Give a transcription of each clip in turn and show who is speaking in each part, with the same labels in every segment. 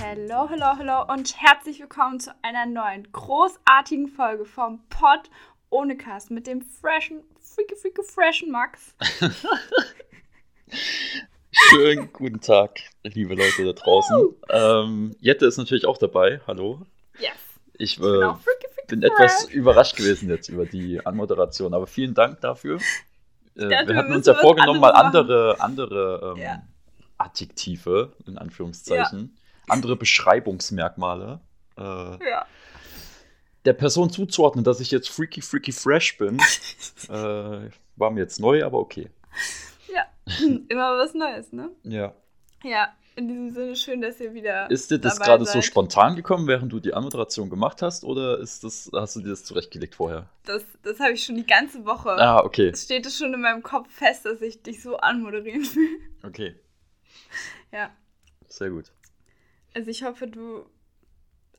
Speaker 1: Hello, hello, hello und herzlich willkommen zu einer neuen großartigen Folge vom Pod ohne Cast mit dem freshen, freaky, freaky, freshen Max.
Speaker 2: Schönen guten Tag, liebe Leute da draußen. Ähm, Jette ist natürlich auch dabei. Hallo.
Speaker 1: Yes.
Speaker 2: Ich
Speaker 1: Ich bin
Speaker 2: äh,
Speaker 1: auch freaky, freaky,
Speaker 2: bin
Speaker 1: fresh.
Speaker 2: etwas überrascht gewesen jetzt über die Anmoderation, aber vielen Dank dafür.
Speaker 1: dachte,
Speaker 2: Äh, wir
Speaker 1: wir
Speaker 2: hatten uns
Speaker 1: müssen
Speaker 2: ja
Speaker 1: was
Speaker 2: vorgenommen, mal
Speaker 1: anderes
Speaker 2: andere, andere ähm,
Speaker 1: Ja.
Speaker 2: Adjektive, in Anführungszeichen, andere Beschreibungsmerkmale äh,
Speaker 1: Ja.
Speaker 2: der Person zuzuordnen, dass ich jetzt freaky, freaky fresh bin. äh, war mir jetzt neu, aber okay.
Speaker 1: ja. Hm, Immer was Neues, ne?
Speaker 2: Ja.
Speaker 1: Ja, in diesem Sinne schön, dass ihr wieder.
Speaker 2: Ist dir das
Speaker 1: dabei
Speaker 2: gerade so
Speaker 1: seid.
Speaker 2: spontan gekommen, während du die Anmoderation gemacht hast, oder ist das, hast du dir das zurechtgelegt vorher?
Speaker 1: Das, das habe ich schon die ganze Woche.
Speaker 2: Ah, okay.
Speaker 1: Es steht es schon in meinem Kopf fest, dass ich dich so anmoderieren will.
Speaker 2: Okay,
Speaker 1: Ja.
Speaker 2: sehr gut.
Speaker 1: Also ich hoffe, du.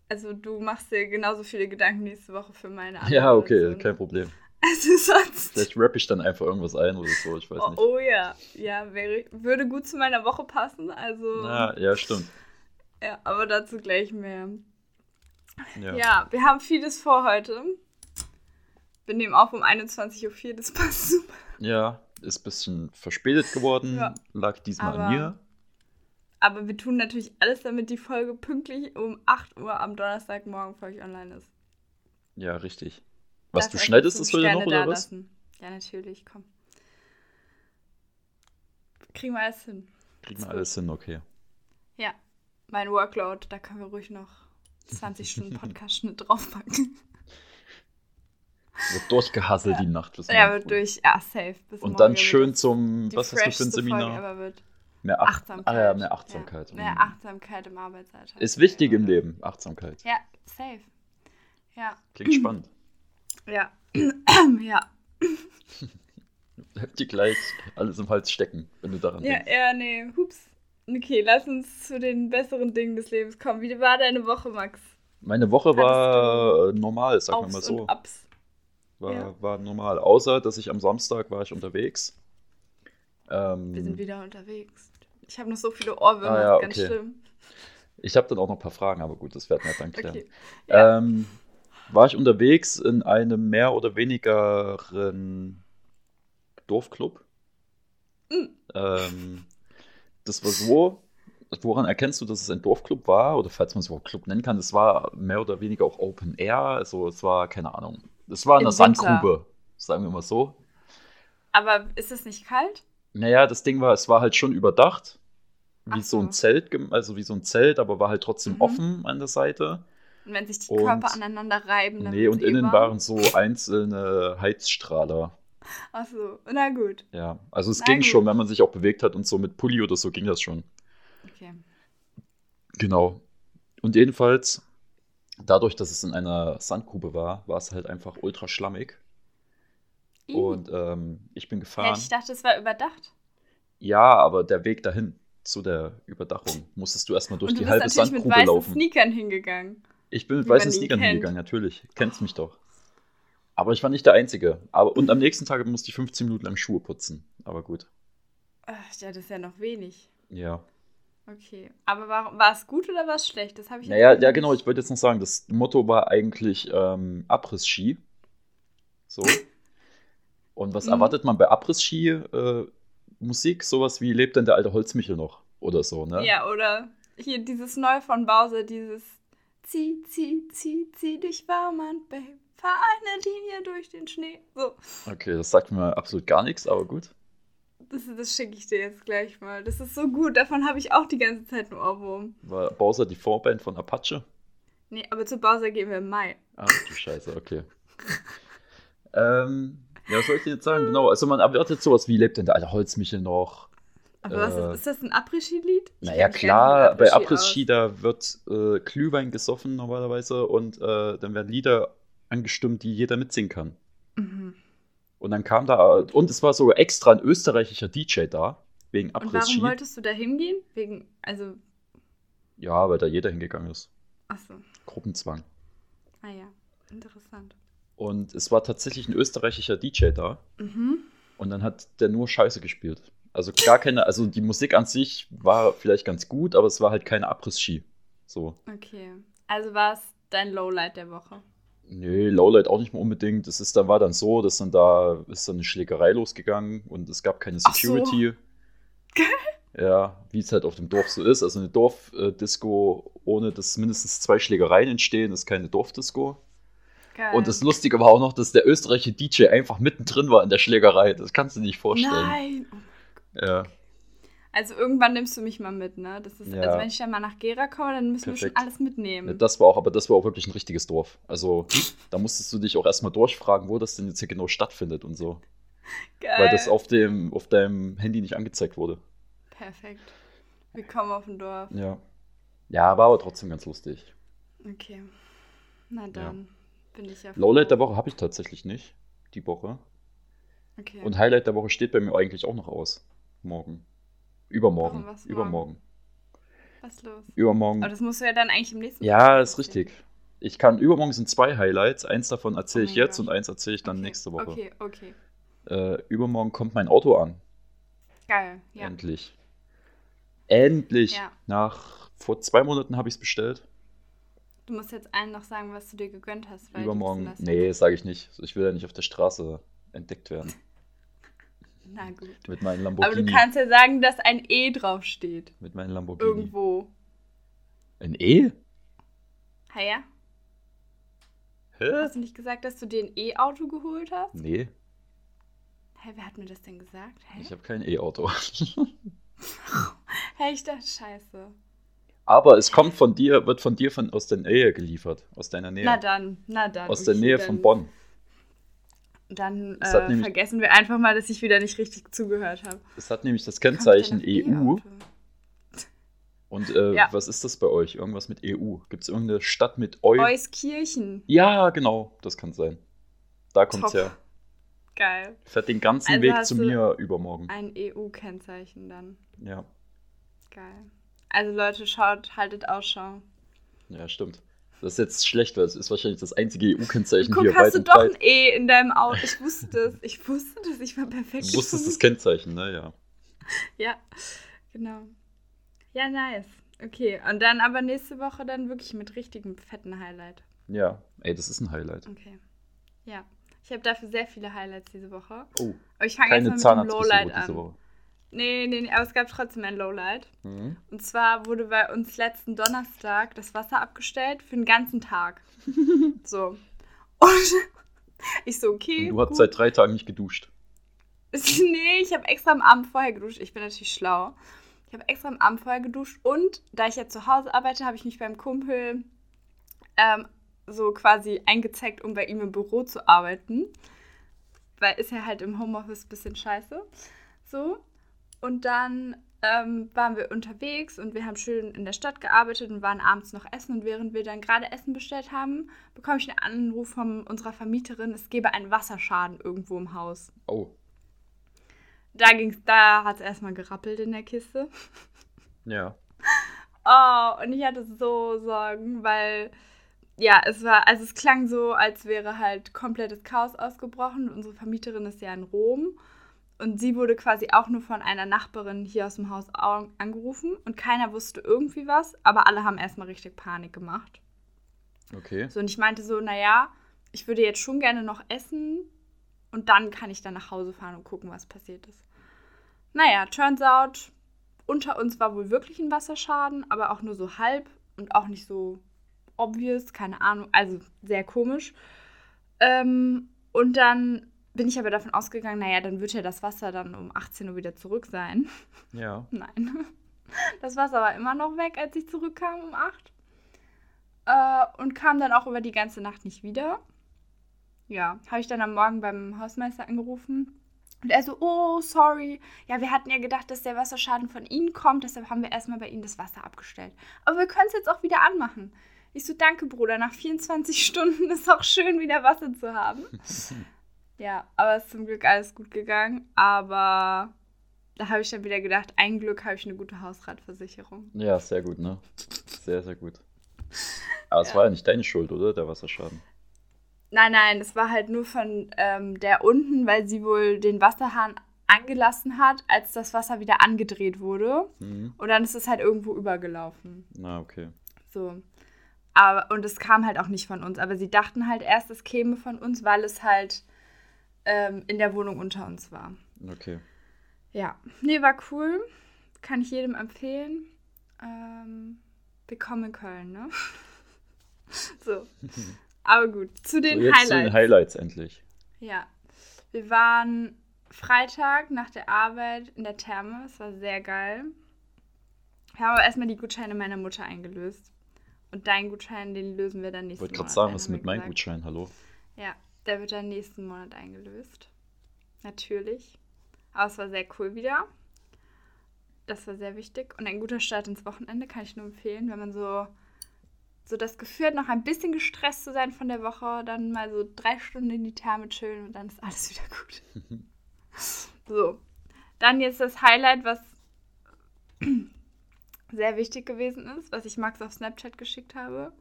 Speaker 1: Also du machst dir genauso viele Gedanken nächste Woche für meine
Speaker 2: Ja, okay,
Speaker 1: Anmoderation.
Speaker 2: kein Problem.
Speaker 1: Also sonst.
Speaker 2: Vielleicht rappe ich dann einfach irgendwas ein oder so, ich weiß
Speaker 1: Oh,
Speaker 2: nicht.
Speaker 1: oh ja, ja, wäre, würde gut zu meiner Woche passen. Also,
Speaker 2: Na, ja, stimmt.
Speaker 1: ja, aber dazu gleich mehr.
Speaker 2: Ja.
Speaker 1: Ja. wir haben vieles vor heute. Wir nehmen auf um 21.04 Uhr, das passt super.
Speaker 2: Ja, ist ein bisschen verspätet geworden,
Speaker 1: Ja.
Speaker 2: lag diesmal an
Speaker 1: Aber-
Speaker 2: mir.
Speaker 1: Aber wir tun natürlich alles, damit die Folge pünktlich um 8 Uhr am Donnerstagmorgen für euch online ist.
Speaker 2: Ja, richtig. Was,
Speaker 1: Dafür
Speaker 2: du
Speaker 1: einfach
Speaker 2: schneidest
Speaker 1: fünf
Speaker 2: das heute noch,
Speaker 1: Sterne
Speaker 2: oder
Speaker 1: da
Speaker 2: was?
Speaker 1: lassen. Ja, natürlich, komm. Kriegen wir alles hin.
Speaker 2: Kriegen wir alles hin, okay.
Speaker 1: Ja, mein Workload, da können wir ruhig noch 20 Stunden Podcast-Schnitt draufpacken.
Speaker 2: Wird durchgehasselt die Nacht. bis
Speaker 1: Ja,
Speaker 2: morgen
Speaker 1: wird
Speaker 2: früh.
Speaker 1: durch. Ja, safe. Bis
Speaker 2: Und
Speaker 1: morgen
Speaker 2: dann
Speaker 1: wird
Speaker 2: schön
Speaker 1: das
Speaker 2: zum,
Speaker 1: die
Speaker 2: was hast du für ein
Speaker 1: freshste Folge
Speaker 2: Seminar?
Speaker 1: ever wird.
Speaker 2: Mehr Ach
Speaker 1: Achtsamkeit.
Speaker 2: Ah, ja, mehr Achtsamkeit. Mhm.
Speaker 1: Ja, mehr Achtsamkeit im Arbeitsalltag.
Speaker 2: Ist wichtig im Leben, Achtsamkeit.
Speaker 1: Ja, safe. Ja,
Speaker 2: Klingt spannend.
Speaker 1: ja. ja.
Speaker 2: Bleibt dir gleich alles im Hals stecken, wenn du daran
Speaker 1: Ja, äh,
Speaker 2: denkst.
Speaker 1: ja, nee. Hups. Okay, lass uns zu den besseren Dingen des Lebens kommen. Wie war deine Woche, Max?
Speaker 2: Meine Woche
Speaker 1: Hattest
Speaker 2: war äh, normal, sagen wir
Speaker 1: Aufs
Speaker 2: mal
Speaker 1: und
Speaker 2: so.
Speaker 1: Ups.
Speaker 2: War,
Speaker 1: ja.
Speaker 2: war normal. Außer, dass ich am Samstag war ich unterwegs. Ähm,
Speaker 1: Wir sind wieder unterwegs. Ich habe noch so viele Ohrwürmer,
Speaker 2: Ah, ja,
Speaker 1: ganz
Speaker 2: okay.
Speaker 1: schlimm.
Speaker 2: ich habe dann auch noch ein paar Fragen, aber gut, das werden wir dann klären.
Speaker 1: Okay. Ja.
Speaker 2: Ähm, war ich unterwegs in einem mehr oder wenigeren Dorfclub.
Speaker 1: Mm.
Speaker 2: Ähm, das war so. Woran erkennst du, dass es ein Dorfclub war? Oder falls man es überhaupt Club nennen kann, es war mehr oder weniger auch Open Air. Also es war, keine Ahnung. Es war in
Speaker 1: Im
Speaker 2: der
Speaker 1: Winter.
Speaker 2: Sandgrube, sagen wir mal so.
Speaker 1: Aber ist es nicht kalt?
Speaker 2: Naja, das Ding war, es war halt schon überdacht. Wie
Speaker 1: Ach
Speaker 2: so. ein
Speaker 1: so.
Speaker 2: Zelt, gem- also wie so ein Zelt, aber war halt trotzdem
Speaker 1: Mhm.
Speaker 2: offen an der Seite.
Speaker 1: Und wenn sich die
Speaker 2: Und-
Speaker 1: Körper aneinander reiben, dann
Speaker 2: Nee,
Speaker 1: wird's
Speaker 2: und
Speaker 1: eh
Speaker 2: innen
Speaker 1: warm.
Speaker 2: waren so einzelne Heizstrahler.
Speaker 1: Ach so, na gut.
Speaker 2: Ja, also es
Speaker 1: Na
Speaker 2: ging
Speaker 1: gut.
Speaker 2: schon, wenn man sich auch bewegt hat und so mit Pulli oder so ging das schon.
Speaker 1: Okay.
Speaker 2: Genau. Und jedenfalls, dadurch, dass es in einer Sandgrube war, war es halt einfach ultra schlammig.
Speaker 1: Ih.
Speaker 2: Und ähm, ich bin
Speaker 1: ja,
Speaker 2: gefahren.
Speaker 1: ich dachte, es war überdacht.
Speaker 2: Ja, aber der Weg dahin zu der Überdachung musstest du erstmal durch
Speaker 1: Und du
Speaker 2: die
Speaker 1: bist
Speaker 2: halbe
Speaker 1: natürlich mit
Speaker 2: Sandgrube
Speaker 1: weißen
Speaker 2: laufen.
Speaker 1: Sneakern hingegangen.
Speaker 2: Ich bin mit
Speaker 1: wie man
Speaker 2: weißen
Speaker 1: ihn
Speaker 2: Sneakern
Speaker 1: kennt.
Speaker 2: hingegangen, natürlich. Kennst mich doch. Aber ich war nicht der Einzige. Aber, und am nächsten Tag musste ich 15 Minuten lang Schuhe putzen. Aber gut.
Speaker 1: Ach, ja, das ist ja noch wenig.
Speaker 2: Ja.
Speaker 1: Okay. Aber war, war es gut oder war es schlecht? Das habe ich jetzt
Speaker 2: Naja,
Speaker 1: noch
Speaker 2: ja
Speaker 1: nicht-
Speaker 2: genau, ich wollte jetzt noch sagen, das Motto war eigentlich ähm, Abriss-Ski. So. Und was
Speaker 1: Mhm.
Speaker 2: erwartet man bei Abriss-Ski? Äh, Musik, sowas wie lebt denn der alte Holzmichel noch? Oder so, ne?
Speaker 1: Ja, oder hier dieses Neu von Bause, dieses Zieh, zieh, zieh, zieh durch Warmand, Babe. Fahr eine Linie durch den Schnee. So,
Speaker 2: Okay, das sagt mir absolut gar nichts, aber gut.
Speaker 1: das, das schicke ich dir jetzt gleich mal. Das ist so gut, davon habe ich auch die ganze Zeit einen Ohrwurm.
Speaker 2: War Bowser die Vorband von Apache?
Speaker 1: Nee, aber zu Bowser gehen wir im Mai.
Speaker 2: Ach du Scheiße, okay. ähm, ja, was soll ich dir jetzt sagen? Genau, also man erwartet sowas wie, lebt denn der alte Holzmichel noch?
Speaker 1: Aber
Speaker 2: Äh.
Speaker 1: was ist, ist das ein Après-Ski-Lied? Ich
Speaker 2: Naja,
Speaker 1: kenn mich gar
Speaker 2: klar,
Speaker 1: nicht mit
Speaker 2: bei
Speaker 1: aus.
Speaker 2: Abriss-Ski, da wird äh, Glühwein gesoffen normalerweise und äh, dann werden Lieder angestimmt, die jeder mitsingen kann.
Speaker 1: Mhm.
Speaker 2: Und dann kam da, und es war sogar extra ein österreichischer DJ da, wegen
Speaker 1: Und warum
Speaker 2: Abriss-Ski.
Speaker 1: wolltest du da hingehen? Wegen, also,
Speaker 2: Ja, weil da jeder hingegangen ist.
Speaker 1: achso,
Speaker 2: Gruppenzwang.
Speaker 1: ah ja, interessant.
Speaker 2: Und es war tatsächlich ein österreichischer DJ da.
Speaker 1: Mhm.
Speaker 2: Und dann hat der nur Scheiße gespielt. Also gar keine, also die Musik an sich war vielleicht ganz gut, aber es war halt keine Abriss-Ski. So.
Speaker 1: Okay. Also war es dein Lowlight der Woche.
Speaker 2: Nee, Lowlight auch nicht mehr unbedingt. Das ist dann war dann so, dass dann da ist dann eine Schlägerei losgegangen und es gab keine
Speaker 1: Ach so.
Speaker 2: Security. Ja, wie es halt auf dem Dorf so ist. Also eine Dorfdisco, ohne dass mindestens zwei Schlägereien entstehen, ist keine Dorfdisco.
Speaker 1: Geil.
Speaker 2: Und das Lustige war auch noch, dass der österreichische DJ einfach mittendrin war in der Schlägerei. Das kannst du dir nicht vorstellen.
Speaker 1: Nein. Oh
Speaker 2: Ja,
Speaker 1: Also irgendwann nimmst du mich mal mit, ne? Das ist,
Speaker 2: Ja.
Speaker 1: also wenn ich dann mal nach Gera komme, dann müssen wir schon
Speaker 2: Perfekt.
Speaker 1: alles mitnehmen.
Speaker 2: das war auch, aber das war auch wirklich ein richtiges Dorf. Also da musstest du dich auch erstmal durchfragen, wo das denn jetzt hier genau stattfindet und so.
Speaker 1: Geil.
Speaker 2: Weil das auf dem, auf deinem Handy nicht angezeigt wurde.
Speaker 1: Perfekt. Willkommen auf dem Dorf.
Speaker 2: Ja. Ja, war aber trotzdem ganz lustig.
Speaker 1: Okay. Na dann. Bin ich ja froh.
Speaker 2: Lowlight der Woche habe ich tatsächlich nicht. Die Woche.
Speaker 1: Okay.
Speaker 2: Und Highlight der Woche steht bei mir eigentlich auch noch aus. Morgen. Übermorgen.
Speaker 1: Warum, was
Speaker 2: Übermorgen.
Speaker 1: Was ist los?
Speaker 2: Übermorgen.
Speaker 1: Aber das musst du ja dann eigentlich im nächsten
Speaker 2: ja,
Speaker 1: Podcast
Speaker 2: ist
Speaker 1: erzählen.
Speaker 2: richtig. Ich kann, übermorgen sind zwei Highlights. Eins davon erzähle
Speaker 1: Oh
Speaker 2: ich
Speaker 1: mein
Speaker 2: jetzt
Speaker 1: Gott.
Speaker 2: und eins erzähle ich dann
Speaker 1: okay.
Speaker 2: nächste Woche.
Speaker 1: Okay, okay.
Speaker 2: Äh, übermorgen kommt mein Auto an.
Speaker 1: Geil. Ja.
Speaker 2: Endlich. Endlich.
Speaker 1: Ja.
Speaker 2: Nach vor zwei Monaten habe ich es bestellt.
Speaker 1: Du musst jetzt allen noch sagen, was du dir gegönnt hast. Weil die wissen
Speaker 2: Übermorgen.
Speaker 1: das ja.
Speaker 2: Nee, sage ich nicht. Ich will ja nicht auf der Straße entdeckt werden.
Speaker 1: Na gut.
Speaker 2: Mit meinem
Speaker 1: Aber
Speaker 2: Lamborghini.
Speaker 1: du kannst ja sagen, dass ein E draufsteht.
Speaker 2: mit meinem Lamborghini.
Speaker 1: Irgendwo.
Speaker 2: Ein E?
Speaker 1: Ha ja?
Speaker 2: Hä?
Speaker 1: Hast du nicht gesagt, dass du dir ein E-Auto geholt hast?
Speaker 2: Nee,
Speaker 1: Hä, wer hat mir das denn gesagt? Hä?
Speaker 2: ich habe kein E-Auto.
Speaker 1: Hä, ich dachte, scheiße.
Speaker 2: Aber es kommt von dir, wird von dir von, aus der Nähe geliefert. Aus deiner Nähe.
Speaker 1: Na dann, na dann.
Speaker 2: aus der
Speaker 1: okay,
Speaker 2: Nähe
Speaker 1: dann,
Speaker 2: von Bonn.
Speaker 1: Dann
Speaker 2: Es hat
Speaker 1: äh,
Speaker 2: nämlich-
Speaker 1: vergessen wir einfach mal, dass ich wieder nicht richtig zugehört habe.
Speaker 2: Es hat nämlich das
Speaker 1: Kommt denn
Speaker 2: Kennzeichen E
Speaker 1: ein
Speaker 2: EU.
Speaker 1: E-Auto?
Speaker 2: Und äh,
Speaker 1: Ja.
Speaker 2: was ist das bei euch? Irgendwas mit EU? Gibt es irgendeine Stadt mit Eu?
Speaker 1: Euskirchen.
Speaker 2: Ja, genau, das kann sein. Da kommt's
Speaker 1: Top.
Speaker 2: her.
Speaker 1: Geil.
Speaker 2: Fährt den ganzen
Speaker 1: Also
Speaker 2: Weg
Speaker 1: hast
Speaker 2: zu
Speaker 1: du-
Speaker 2: mir übermorgen.
Speaker 1: Ein EU-Kennzeichen dann.
Speaker 2: Ja,
Speaker 1: Geil. Also Leute, schaut, haltet Ausschau.
Speaker 2: ja, stimmt. Das ist jetzt schlecht, weil es ist wahrscheinlich das einzige EU-Kennzeichen
Speaker 1: Guck,
Speaker 2: hier
Speaker 1: hast
Speaker 2: weit
Speaker 1: du
Speaker 2: und
Speaker 1: doch ein
Speaker 2: breit.
Speaker 1: E in deinem Auto. Ich wusste es. Ich wusste das. Ich war perfekt.
Speaker 2: Du wusstest das
Speaker 1: informiert.
Speaker 2: Kennzeichen, ne? Ja.
Speaker 1: Ja, genau. Ja, nice. Okay, und dann aber nächste Woche dann wirklich mit richtigem fetten Highlight.
Speaker 2: Ja, ey, das ist ein Highlight.
Speaker 1: Okay. Ja. Ich habe dafür sehr viele Highlights diese Woche.
Speaker 2: Oh,
Speaker 1: Aber ich fange
Speaker 2: keine
Speaker 1: jetzt mal mit dem
Speaker 2: Zahnarztbesuche
Speaker 1: Lowlight
Speaker 2: diese
Speaker 1: an.
Speaker 2: Woche.
Speaker 1: Nee, nee, nee, aber es gab trotzdem ein Lowlight.
Speaker 2: Mhm.
Speaker 1: Und zwar wurde bei uns letzten Donnerstag das Wasser abgestellt für den ganzen Tag. so. Und ich so, okay.
Speaker 2: Und du hast
Speaker 1: gut.
Speaker 2: seit drei Tagen nicht geduscht.
Speaker 1: Nee, ich habe extra am Abend vorher geduscht. Ich bin natürlich schlau. Ich habe extra am Abend vorher geduscht und da ich ja zu Hause arbeite, habe ich mich beim Kumpel ähm, so quasi eingezeckt, um bei ihm im Büro zu arbeiten. Weil ist ja halt im Homeoffice ein bisschen scheiße. So. Und dann ähm, waren wir unterwegs und wir haben schön in der Stadt gearbeitet und waren abends noch essen. Und während wir dann gerade Essen bestellt haben, bekomme ich einen Anruf von unserer Vermieterin, es gebe einen Wasserschaden irgendwo im Haus
Speaker 2: Oh,
Speaker 1: da ging's, da hat's erstmal gerappelt in der Kiste.
Speaker 2: ja.
Speaker 1: Oh, und ich hatte so Sorgen, weil ja, es war, also es klang so, als wäre halt komplettes Chaos ausgebrochen. Unsere Vermieterin ist ja in Rom und sie wurde quasi auch nur von einer Nachbarin hier aus dem Haus au- angerufen und keiner wusste irgendwie was, aber alle haben erstmal richtig Panik gemacht.
Speaker 2: Okay.
Speaker 1: So, und ich meinte so, naja, ich würde jetzt schon gerne noch essen und dann kann ich dann nach Hause fahren und gucken, was passiert ist. Naja, turns out, unter uns war wohl wirklich ein Wasserschaden, aber auch nur so halb und auch nicht so obvious, keine Ahnung, also sehr komisch. Ähm, und dann bin ich aber davon ausgegangen, naja, dann wird ja das Wasser dann um 18 Uhr wieder zurück sein.
Speaker 2: Ja.
Speaker 1: Nein. Das Wasser war immer noch weg, als ich zurückkam um 8. Äh, und kam dann auch über die ganze Nacht nicht wieder. Ja, habe ich dann am Morgen beim Hausmeister angerufen. Und er so, oh, sorry. Ja, wir hatten ja gedacht, dass der Wasserschaden von Ihnen kommt. Deshalb haben wir erstmal bei Ihnen das Wasser abgestellt. Aber wir können es jetzt auch wieder anmachen. Ich so, danke, Bruder. Nach 24 Stunden ist auch schön, wieder Wasser zu haben. Ja, aber ist zum Glück alles gut gegangen. Aber da habe ich dann wieder gedacht, ein Glück habe ich eine gute Hausratversicherung.
Speaker 2: Ja, sehr gut, ne? Sehr, sehr gut. Aber es
Speaker 1: Ja.
Speaker 2: war ja nicht deine Schuld, oder? Der Wasserschaden.
Speaker 1: Nein, nein, es war halt nur von ähm, der unten, weil sie wohl den Wasserhahn angelassen hat, als das Wasser wieder angedreht wurde.
Speaker 2: Mhm.
Speaker 1: Und dann ist es halt irgendwo übergelaufen.
Speaker 2: Na, okay.
Speaker 1: So. Aber, und es kam halt auch nicht von uns. Aber sie dachten halt erst, es käme von uns, weil es halt ähm, in der Wohnung unter uns war.
Speaker 2: Okay.
Speaker 1: Ja, nee, war cool. Kann ich jedem empfehlen. Ähm, willkommen in Köln, ne? so. Aber gut, zu den
Speaker 2: so, jetzt
Speaker 1: Highlights.
Speaker 2: zu den Highlights endlich.
Speaker 1: Ja. Wir waren Freitag nach der Arbeit in der Therme. Es war sehr geil. Wir haben aber erstmal die Gutscheine meiner Mutter eingelöst. Und deinen Gutschein, den lösen wir dann
Speaker 2: Ich
Speaker 1: nächsten
Speaker 2: wollte
Speaker 1: Monat.
Speaker 2: gerade sagen,
Speaker 1: ein,
Speaker 2: was ist
Speaker 1: haben
Speaker 2: mit
Speaker 1: wir
Speaker 2: meinem
Speaker 1: gesagt.
Speaker 2: Gutschein? Hallo?
Speaker 1: Ja, der wird dann nächsten Monat eingelöst. Natürlich. Aber es war sehr cool wieder. Das war sehr wichtig. Und ein guter Start ins Wochenende kann ich nur empfehlen, wenn man so, so das Gefühl hat, noch ein bisschen gestresst zu sein von der Woche, dann mal so drei Stunden in die Therme chillen und dann ist alles wieder gut. so. Dann jetzt das Highlight, was sehr wichtig gewesen ist, was ich Max auf Snapchat geschickt habe.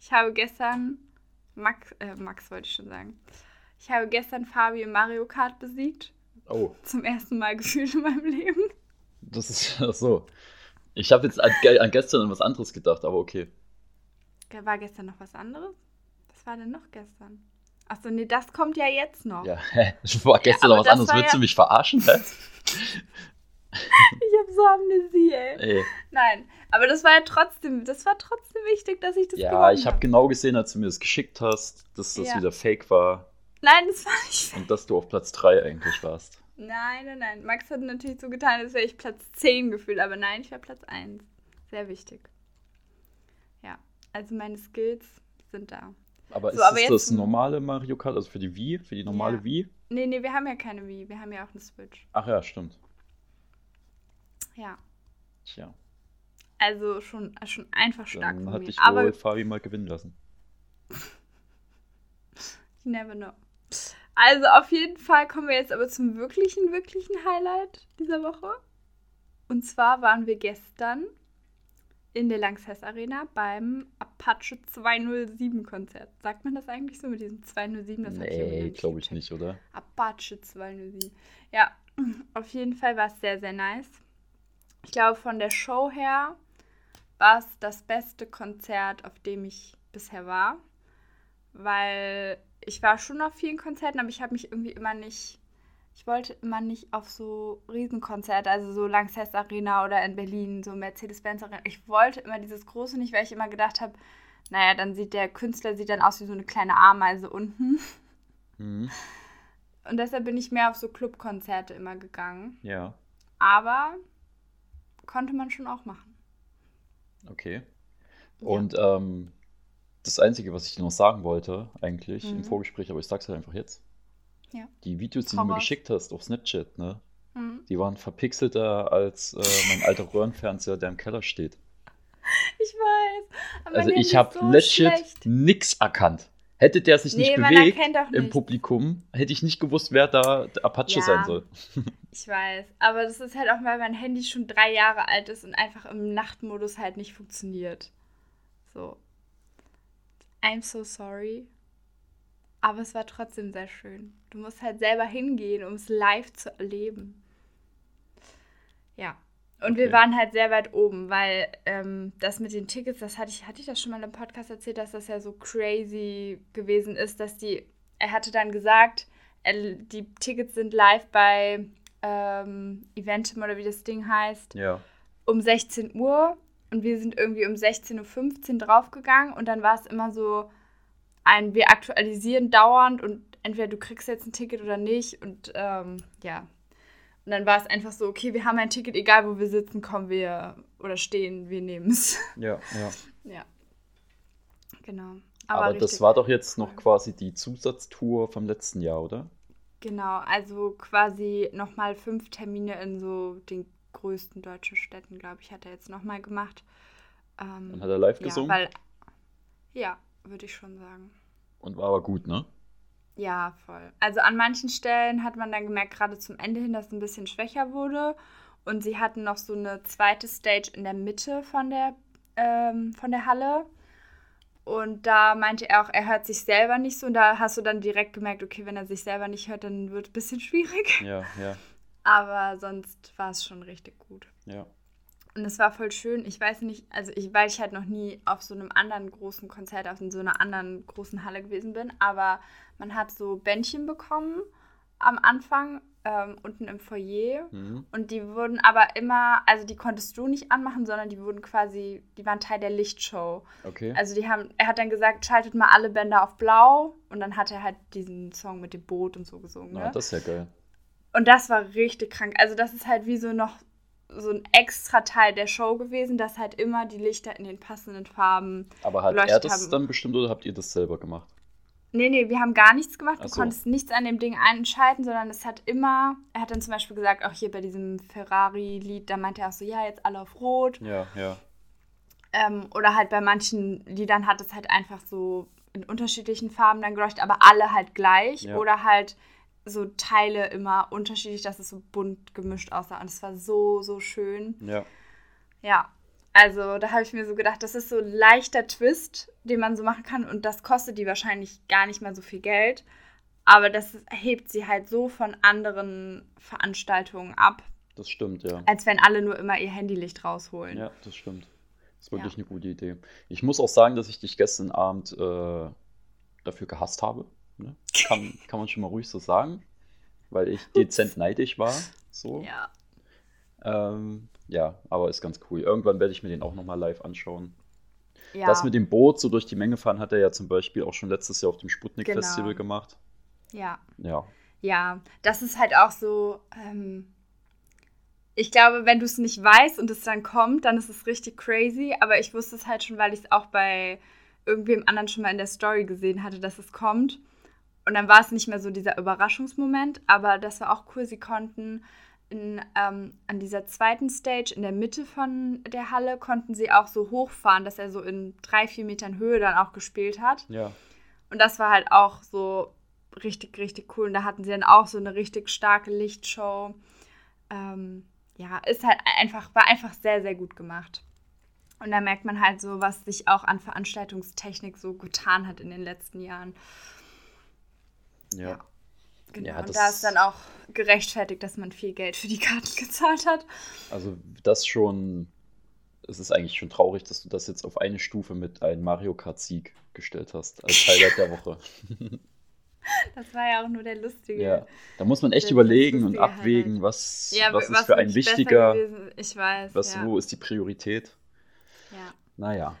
Speaker 1: Ich habe gestern Max, äh, Max wollte ich schon sagen. Ich habe gestern Fabi im Mario Kart besiegt.
Speaker 2: Oh,
Speaker 1: Zum ersten Mal gefühlt in meinem Leben.
Speaker 2: das ist ach so. Ich habe jetzt an, ge- an gestern an was anderes gedacht, aber okay.
Speaker 1: War gestern noch was anderes? Was war denn noch gestern? Achso, nee, das kommt ja jetzt noch.
Speaker 2: Ja, hä? war gestern
Speaker 1: aber
Speaker 2: noch was
Speaker 1: das
Speaker 2: anderes.
Speaker 1: war
Speaker 2: Willst
Speaker 1: ja-
Speaker 2: du mich verarschen? Hä?
Speaker 1: Ich habe so Amnesie, ey.
Speaker 2: Ey,
Speaker 1: Nein, aber das war ja trotzdem, das war trotzdem wichtig, dass ich das
Speaker 2: ja,
Speaker 1: gewonnen
Speaker 2: ich habe genau gesehen, als du mir das geschickt hast, dass das
Speaker 1: Ja.
Speaker 2: wieder fake war
Speaker 1: Nein, das war nicht.
Speaker 2: und dass du auf Platz 3 eigentlich warst.
Speaker 1: Nein, nein, nein. Max hat natürlich so getan, als wäre ich Platz 10 gefühlt, aber nein, ich war Platz 1. Sehr wichtig. Ja, also meine Skills sind da.
Speaker 2: Aber
Speaker 1: So,
Speaker 2: ist
Speaker 1: aber
Speaker 2: das
Speaker 1: jetzt-
Speaker 2: das normale Mario Kart, also für die Wii, für die normale
Speaker 1: Ja.
Speaker 2: Wii?
Speaker 1: Nee, nee, wir haben ja keine Wii, wir haben ja auch eine Switch.
Speaker 2: Ach ja, stimmt.
Speaker 1: Ja,
Speaker 2: Tja,
Speaker 1: also schon, schon einfach stark
Speaker 2: dann
Speaker 1: von
Speaker 2: hatte
Speaker 1: mir.
Speaker 2: ich wohl
Speaker 1: Aber
Speaker 2: Fabi mal gewinnen lassen.
Speaker 1: you never know. Also auf jeden Fall kommen wir jetzt aber zum wirklichen, wirklichen Highlight dieser Woche. Und zwar waren wir gestern in der Lanxess Arena beim Apache 207 Konzert. Sagt man das eigentlich so mit diesem 207? Das hab irgendwie noch
Speaker 2: nee, glaube ich
Speaker 1: gecheckt.
Speaker 2: nicht, oder?
Speaker 1: Apache 207. Ja, auf jeden Fall war es sehr, sehr nice. Ich glaube, von der Show her war es das beste Konzert, auf dem ich bisher war. Weil ich war schon auf vielen Konzerten, aber ich habe mich irgendwie immer nicht. Ich wollte immer nicht auf so Riesenkonzerte, also so Lanxess Arena oder in Berlin, so Mercedes-Benz Arena. Ich wollte immer dieses große nicht, weil ich immer gedacht habe, naja, dann sieht der Künstler sieht dann aus wie so eine kleine Ameise unten.
Speaker 2: Mhm.
Speaker 1: Und deshalb bin ich mehr auf so Clubkonzerte immer gegangen.
Speaker 2: Ja,
Speaker 1: Aber konnte man schon auch machen.
Speaker 2: okay. Und ähm, das Einzige, was ich noch sagen wollte, eigentlich im
Speaker 1: Mhm.
Speaker 2: Vorgespräch, aber ich sag's halt einfach jetzt.
Speaker 1: Ja.
Speaker 2: Die Videos, die
Speaker 1: Hau
Speaker 2: du mir
Speaker 1: raus.
Speaker 2: geschickt hast auf Snapchat, ne?
Speaker 1: Ja. Hm.
Speaker 2: Die waren verpixelter als äh, mein alter Röhrenfernseher, der im Keller steht.
Speaker 1: Ich weiß. aber
Speaker 2: Also
Speaker 1: mein
Speaker 2: ich
Speaker 1: Handy
Speaker 2: habe
Speaker 1: ist so
Speaker 2: legit
Speaker 1: schlecht.
Speaker 2: nix erkannt. Hätte der sich nicht
Speaker 1: Nee, man
Speaker 2: bewegt
Speaker 1: erkennt auch
Speaker 2: im
Speaker 1: nicht.
Speaker 2: Publikum, hätte ich nicht gewusst, wer da der Apache
Speaker 1: Ja.
Speaker 2: sein soll.
Speaker 1: Ich weiß. Aber das ist halt auch, weil mein Handy schon drei Jahre alt ist und einfach im Nachtmodus halt nicht funktioniert. So. I'm so sorry. Aber es war trotzdem sehr schön. Du musst halt selber hingehen, um es live zu erleben. Ja. Und wir
Speaker 2: Okay.
Speaker 1: waren halt sehr weit oben, weil ähm, das mit den Tickets, das hatte ich, hatte ich das schon mal im Podcast erzählt, dass das ja so crazy gewesen ist, dass die, er hatte dann gesagt, er, die Tickets sind live bei ähm, Eventim oder wie das Ding heißt
Speaker 2: Ja.
Speaker 1: um 16 Uhr und wir sind irgendwie um 16.15 Uhr draufgegangen und dann war es immer so ein, wir aktualisieren dauernd und entweder du kriegst jetzt ein Ticket oder nicht und ähm, ja. Und dann war es einfach so, okay, wir haben ein Ticket, egal wo wir sitzen, kommen wir oder stehen, wir nehmen es.
Speaker 2: Ja, ja.
Speaker 1: ja. Genau.
Speaker 2: Aber, das
Speaker 1: richtig Mhm.
Speaker 2: war doch jetzt
Speaker 1: cool.
Speaker 2: noch quasi die Zusatztour vom letzten Jahr, oder?
Speaker 1: Genau, also quasi nochmal fünf Termine in so den größten deutschen Städten, glaube ich, hat er jetzt nochmal gemacht. Ähm,
Speaker 2: Und hat er live
Speaker 1: ja,
Speaker 2: gesungen
Speaker 1: Weil, ja, würde ich schon sagen.
Speaker 2: und war aber gut, ne?
Speaker 1: Ja, voll. Also an manchen Stellen hat man dann gemerkt, gerade zum Ende hin, dass es ein bisschen schwächer wurde. Und sie hatten noch so eine zweite Stage in der Mitte von der, ähm, von der Halle. Und da meinte er auch, er hört sich selber nicht so. Und da hast du dann direkt gemerkt, okay, wenn er sich selber nicht hört, dann wird es ein bisschen schwierig.
Speaker 2: Ja, ja,
Speaker 1: Aber sonst war es schon richtig gut.
Speaker 2: ja.
Speaker 1: Und es war voll schön. Ich weiß nicht, also ich, weil ich halt noch nie auf so einem anderen großen Konzert, auf so einer anderen großen Halle gewesen bin, aber man hat so Bändchen bekommen am Anfang, ähm, unten im Foyer.
Speaker 2: Mhm.
Speaker 1: Und die wurden aber immer, also die konntest du nicht anmachen, sondern die wurden quasi, die waren Teil der Lichtshow.
Speaker 2: Okay.
Speaker 1: Also die haben, er hat dann gesagt, schaltet mal alle Bänder auf blau und dann hat er halt diesen Song mit dem Boot und so gesungen.
Speaker 2: Na,
Speaker 1: Ne?
Speaker 2: das ist ja geil.
Speaker 1: und das war richtig krank. Also das ist halt wie so noch so ein extra Teil der Show gewesen, dass halt immer die Lichter in den passenden Farben.
Speaker 2: Aber hat er
Speaker 1: Leuchtet
Speaker 2: das
Speaker 1: haben.
Speaker 2: dann bestimmt oder habt ihr das selber gemacht?
Speaker 1: Nee, nee, wir haben gar nichts gemacht. Du
Speaker 2: Ach so.
Speaker 1: konntest nichts an dem Ding einschalten, sondern es hat immer, er hat dann zum Beispiel gesagt, auch hier bei diesem Ferrari-Lied, da meinte er auch so, ja, jetzt alle auf Rot.
Speaker 2: Ja, ja.
Speaker 1: Ähm, oder halt bei manchen Liedern hat es halt einfach so in unterschiedlichen Farben dann geleuchtet, aber alle halt gleich.
Speaker 2: Ja.
Speaker 1: Oder halt so Teile immer unterschiedlich, dass es so bunt gemischt aussah. Und es war so, so schön.
Speaker 2: Ja.
Speaker 1: Ja. Also da habe ich mir so gedacht, das ist so ein leichter Twist, den man so machen kann. Und das kostet die wahrscheinlich gar nicht mal so viel Geld. Aber das hebt sie halt so von anderen Veranstaltungen ab,
Speaker 2: Das stimmt, ja.
Speaker 1: als wenn alle nur immer ihr Handylicht rausholen.
Speaker 2: Ja, das stimmt. Das ist
Speaker 1: Ja.
Speaker 2: wirklich eine gute Idee. Ich muss auch sagen, dass ich dich gestern Abend äh, dafür gehasst habe. Ne? Kann, kann man schon mal ruhig so sagen, weil ich dezent neidisch war. So.
Speaker 1: ja.
Speaker 2: Ähm, ja, aber ist ganz cool. Irgendwann werde ich mir den auch nochmal live anschauen.
Speaker 1: ja.
Speaker 2: Das mit dem Boot so durch die Menge fahren hat er ja zum Beispiel auch schon letztes Jahr auf dem
Speaker 1: Genau.
Speaker 2: Sputnik-Festival gemacht.
Speaker 1: ja.
Speaker 2: Ja,
Speaker 1: Ja, das ist halt auch so. Ähm, ich glaube, wenn du es nicht weißt und es dann kommt, dann ist es richtig crazy. Aber ich wusste es halt schon, weil ich es auch bei irgendwem anderen schon mal in der Story gesehen hatte, dass es kommt. Und dann war es nicht mehr so dieser Überraschungsmoment. Aber das war auch cool. Sie konnten in, ähm, an dieser zweiten Stage in der Mitte von der Halle konnten sie auch so hochfahren, dass er so in drei, vier Metern Höhe dann auch gespielt hat.
Speaker 2: ja.
Speaker 1: Und das war halt auch so richtig, richtig cool. Und da hatten sie dann auch so eine richtig starke Lichtshow. Ähm, ja, ist halt einfach, war einfach sehr, sehr gut gemacht. Und da merkt man halt so, was sich auch an Veranstaltungstechnik so getan hat in den letzten Jahren.
Speaker 2: Ja,
Speaker 1: Ja. Genau.
Speaker 2: Ja,
Speaker 1: Und
Speaker 2: das-
Speaker 1: da ist dann auch gerechtfertigt, dass man viel Geld für die Karten gezahlt hat.
Speaker 2: also das schon, es ist eigentlich schon traurig, dass du das jetzt auf eine Stufe mit einem Mario Kart Sieg gestellt hast, als Highlight der Woche.
Speaker 1: Das war ja auch nur der lustige.
Speaker 2: Ja, da muss man echt
Speaker 1: Das ist
Speaker 2: überlegen und
Speaker 1: lustige Highlight.
Speaker 2: abwägen, was,
Speaker 1: Ja,
Speaker 2: was ist
Speaker 1: was
Speaker 2: für ein
Speaker 1: wirklich besser
Speaker 2: wichtiger,
Speaker 1: gewesen ist. Ich weiß.
Speaker 2: was,
Speaker 1: ja.
Speaker 2: wo ist die Priorität?
Speaker 1: Ja.
Speaker 2: Naja,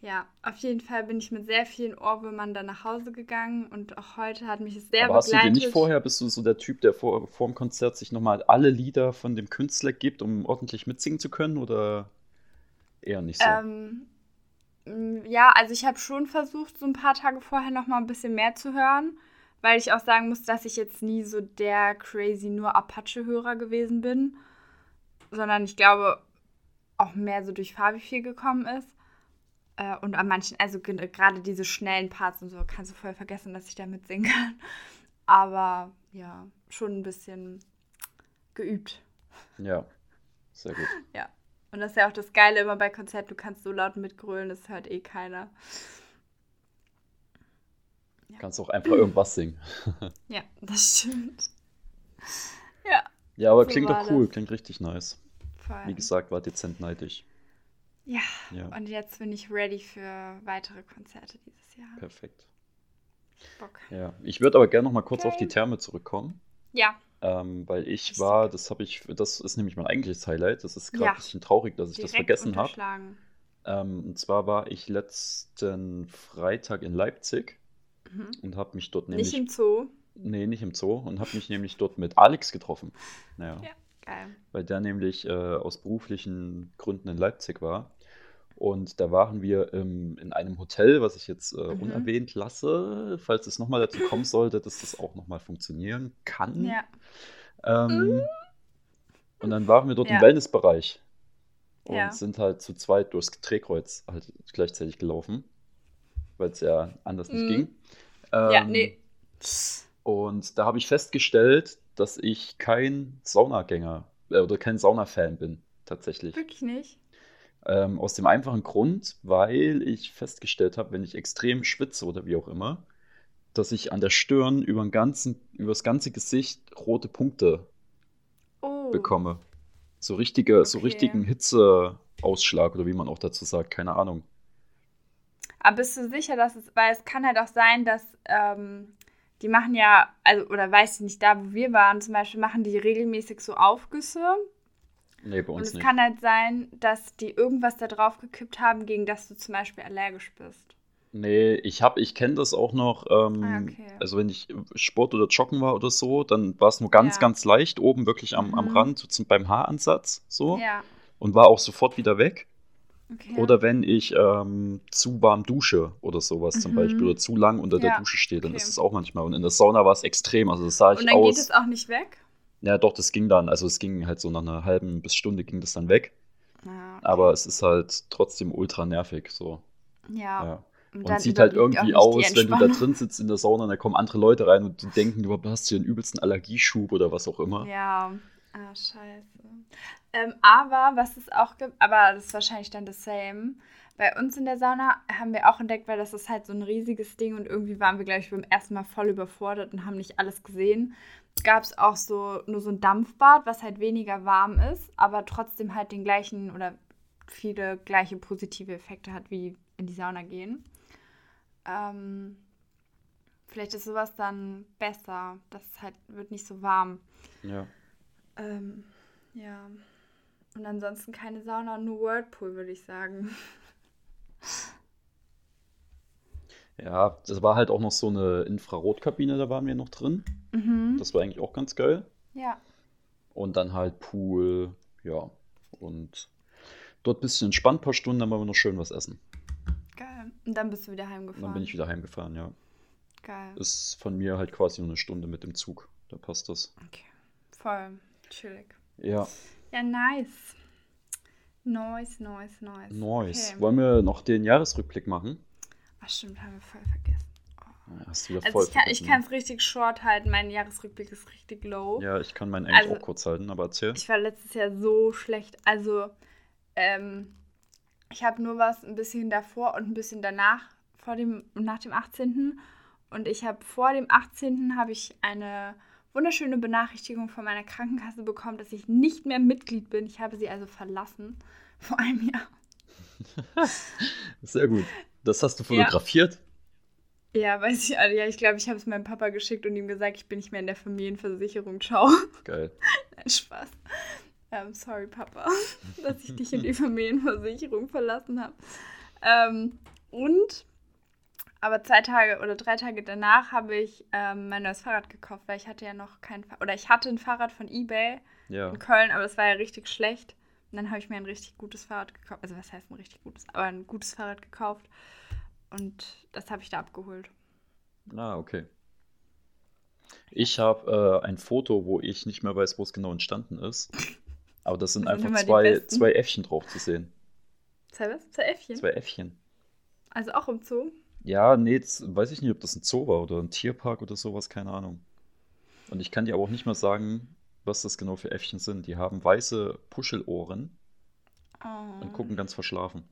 Speaker 1: Ja, auf jeden Fall bin ich mit sehr vielen Ohrwürmern dann nach Hause gegangen und auch heute hat mich es sehr
Speaker 2: aber
Speaker 1: begleitet.
Speaker 2: hast du dir nicht vorher, bist du so der Typ, der vor, vor dem Konzert sich nochmal alle Lieder von dem Künstler gibt, um ordentlich mitsingen zu können oder eher nicht so?
Speaker 1: Ähm, m, ja, also ich habe schon versucht, so ein paar Tage vorher noch mal ein bisschen mehr zu hören, weil ich auch sagen muss, dass ich jetzt nie so der crazy nur Apache-Hörer gewesen bin, sondern ich glaube auch mehr so durch Fabi viel gekommen ist. Äh, Und an manchen, also gen- gerade diese schnellen Parts und so, kannst du voll vergessen, dass ich damit singen kann. Aber ja, schon ein bisschen geübt.
Speaker 2: ja, sehr gut.
Speaker 1: Und das ist ja auch das Geile immer bei Konzerten, du kannst so laut mitgrölen, das hört eh keiner.
Speaker 2: Kannst auch einfach irgendwas singen.
Speaker 1: Ja, das stimmt.
Speaker 2: Ja, aber
Speaker 1: So
Speaker 2: klingt
Speaker 1: war
Speaker 2: doch cool,
Speaker 1: das.
Speaker 2: klingt richtig nice.
Speaker 1: Voll.
Speaker 2: Wie gesagt, war dezent neidisch.
Speaker 1: Ja,
Speaker 2: Ja,
Speaker 1: und jetzt bin ich ready für weitere Konzerte dieses Jahr.
Speaker 2: perfekt.
Speaker 1: Bock.
Speaker 2: Ja, ich würde aber gerne nochmal kurz auf die
Speaker 1: Okay.
Speaker 2: Therme zurückkommen.
Speaker 1: Ja,
Speaker 2: Ähm, weil ich
Speaker 1: Richtig.
Speaker 2: war, das habe ich, das ist nämlich mein eigentliches Highlight. Das ist gerade
Speaker 1: Ja.
Speaker 2: ein bisschen traurig, dass ich das
Speaker 1: direkt
Speaker 2: vergessen habe.
Speaker 1: unterschlagen.
Speaker 2: Ähm, und zwar war ich letzten Freitag in Leipzig
Speaker 1: Mhm.
Speaker 2: und habe mich dort nämlich,
Speaker 1: Nicht im Zoo.
Speaker 2: nee, nicht im Zoo, und habe mich nämlich dort mit Alex getroffen. Naja,
Speaker 1: Ja. Geil.
Speaker 2: weil der nämlich äh, aus beruflichen Gründen in Leipzig war. Und da waren wir im, in einem Hotel, was ich jetzt äh,
Speaker 1: Mhm.
Speaker 2: unerwähnt lasse, falls es nochmal dazu kommen sollte, dass das auch nochmal funktionieren kann.
Speaker 1: Ja. Mhm.
Speaker 2: Ähm, Und dann waren wir dort
Speaker 1: Ja.
Speaker 2: im Wellnessbereich und
Speaker 1: Ja.
Speaker 2: sind halt zu zweit durchs Drehkreuz halt gleichzeitig gelaufen, weil es ja anders nicht
Speaker 1: Mhm.
Speaker 2: ging.
Speaker 1: ja,
Speaker 2: Ähm,
Speaker 1: nee.
Speaker 2: Und da habe ich festgestellt, dass ich kein Saunagänger äh, oder kein Saunafan bin, tatsächlich.
Speaker 1: Wirklich nicht.
Speaker 2: Ähm, aus dem einfachen Grund, weil ich festgestellt habe, wenn ich extrem schwitze oder wie auch immer, dass ich an der Stirn über, den ganzen, über das ganze Gesicht rote Punkte
Speaker 1: Oh.
Speaker 2: bekomme. So, richtige, so
Speaker 1: Okay.
Speaker 2: richtigen Hitzeausschlag oder wie man auch dazu sagt, keine Ahnung.
Speaker 1: Aber bist du sicher, dass es, weil es kann halt auch sein, dass ähm, die machen ja, also oder weiß ich nicht, da wo wir waren zum Beispiel, machen die regelmäßig so Aufgüsse.
Speaker 2: Nee, bei
Speaker 1: Und
Speaker 2: uns
Speaker 1: es
Speaker 2: nicht.
Speaker 1: kann halt sein, dass die irgendwas da drauf gekippt haben, gegen das du zum Beispiel allergisch bist.
Speaker 2: Nee, ich hab, ich kenne das auch noch, ähm,
Speaker 1: Ah, okay.
Speaker 2: also wenn ich Sport oder Joggen war oder so, dann war es nur ganz,
Speaker 1: Ja.
Speaker 2: ganz leicht, oben wirklich am, am
Speaker 1: Mhm.
Speaker 2: Rand, so zum, beim Haaransatz, so,
Speaker 1: Ja,
Speaker 2: und war auch sofort wieder weg.
Speaker 1: okay.
Speaker 2: Oh. Oder wenn ich ähm, zu warm dusche oder sowas zum
Speaker 1: Mhm.
Speaker 2: Beispiel oder zu lang unter der
Speaker 1: Ja,
Speaker 2: Dusche stehe, dann
Speaker 1: okay.
Speaker 2: ist es auch manchmal. Und in der Sauna war es extrem, also das sah ich
Speaker 1: Und dann geht
Speaker 2: aus.
Speaker 1: es auch nicht weg?
Speaker 2: Ja, doch, das ging dann, also es ging halt so nach einer halben bis Stunde ging das dann weg,
Speaker 1: Ja, okay.
Speaker 2: aber es ist halt trotzdem ultra nervig, so,
Speaker 1: ja.
Speaker 2: ja. Und
Speaker 1: dann
Speaker 2: sieht halt
Speaker 1: überwiegt auch
Speaker 2: irgendwie
Speaker 1: nicht
Speaker 2: aus,
Speaker 1: die
Speaker 2: wenn du da
Speaker 1: Entspannung.
Speaker 2: drin sitzt in der Sauna, und da kommen andere Leute rein und die denken, du hast hier einen übelsten Allergieschub oder was auch immer.
Speaker 1: Ja, ah, scheiße. Ähm, aber was es auch gibt, aber das ist wahrscheinlich dann das Same. Bei uns in der Sauna haben wir auch entdeckt, weil das ist halt so ein riesiges Ding und irgendwie waren wir, glaube ich, beim ersten Mal voll überfordert und haben nicht alles gesehen. Gab es auch so nur so ein Dampfbad, was halt weniger warm ist, aber trotzdem halt den gleichen oder viele gleiche positive Effekte hat, wie in die Sauna gehen. Ähm, vielleicht ist sowas dann besser. Das ist halt, wird nicht so warm.
Speaker 2: Ja.
Speaker 1: Ähm, ja. Und ansonsten keine Sauna, nur Whirlpool, würde ich sagen.
Speaker 2: Ja, das war halt auch noch so eine Infrarotkabine, da waren wir noch drin.
Speaker 1: Mhm.
Speaker 2: Das war eigentlich auch ganz geil.
Speaker 1: Ja.
Speaker 2: Und dann halt Pool, ja. Und dort ein bisschen entspannt, ein paar Stunden, dann wollen wir noch schön was essen.
Speaker 1: Geil. Und dann bist du wieder
Speaker 2: Und
Speaker 1: heimgefahren.
Speaker 2: dann bin ich wieder heimgefahren, ja.
Speaker 1: Geil.
Speaker 2: Ist von mir halt quasi nur eine Stunde mit dem Zug. Da passt das.
Speaker 1: Okay. Voll chillig.
Speaker 2: Ja,
Speaker 1: Ja, nice. Nice, nice, nice.
Speaker 2: nice.
Speaker 1: Okay.
Speaker 2: Wollen wir noch den Jahresrückblick machen?
Speaker 1: Ach, stimmt, haben wir voll vergessen.
Speaker 2: Ja, Hast du wieder
Speaker 1: Also
Speaker 2: voll
Speaker 1: ich kann es
Speaker 2: vergessen, ne?
Speaker 1: richtig short halten. Mein Jahresrückblick ist richtig low.
Speaker 2: Ja, ich kann meinen eigentlich
Speaker 1: Also-
Speaker 2: auch kurz halten, aber erzähl.
Speaker 1: Ich war letztes Jahr so schlecht. Also, ähm, ich habe nur was ein bisschen davor und ein bisschen danach, vor dem, nach dem 18. Und ich habe vor dem 18. habe ich eine wunderschöne Benachrichtigung von meiner Krankenkasse bekommen, dass ich nicht mehr Mitglied bin. Ich habe sie also verlassen vor einem Jahr.
Speaker 2: Sehr gut. Das hast du
Speaker 1: Ja.
Speaker 2: fotografiert?
Speaker 1: Ja, weiß ich, also, ja, ich glaube, ich habe es meinem Papa geschickt und ihm gesagt, ich bin nicht mehr in der Familienversicherung. Ciao.
Speaker 2: Geil.
Speaker 1: Nein, Spaß. Ähm, sorry, Papa, dass ich dich in die Familienversicherung verlassen habe. Ähm, und, aber zwei Tage oder drei Tage danach habe ich ähm, mein neues Fahrrad gekauft, weil ich hatte ja noch kein Fahrrad. Oder ich hatte ein Fahrrad von eBay
Speaker 2: Ja.
Speaker 1: in Köln, aber es war ja richtig schlecht. Und dann habe ich mir ein richtig gutes Fahrrad gekauft. Also, was heißt ein richtig gutes? Aber ein gutes Fahrrad gekauft. Und das habe ich da abgeholt.
Speaker 2: Ah, okay. Ich habe äh, ein Foto, wo ich nicht mehr weiß, wo es genau entstanden ist. Aber das sind
Speaker 1: Das sind
Speaker 2: einfach
Speaker 1: immer die
Speaker 2: zwei,
Speaker 1: besten.
Speaker 2: zwei Äffchen drauf zu sehen.
Speaker 1: Zwei was? Zwei Äffchen?
Speaker 2: Zwei Äffchen.
Speaker 1: Also auch im Zoo.
Speaker 2: Ja, nee, jetzt weiß ich nicht, ob das ein Zoo war oder ein Tierpark oder sowas, keine Ahnung. Und ich kann dir aber auch nicht mal sagen, was das genau für Äffchen sind. Die haben weiße Puschelohren
Speaker 1: Oh.
Speaker 2: und gucken ganz verschlafen.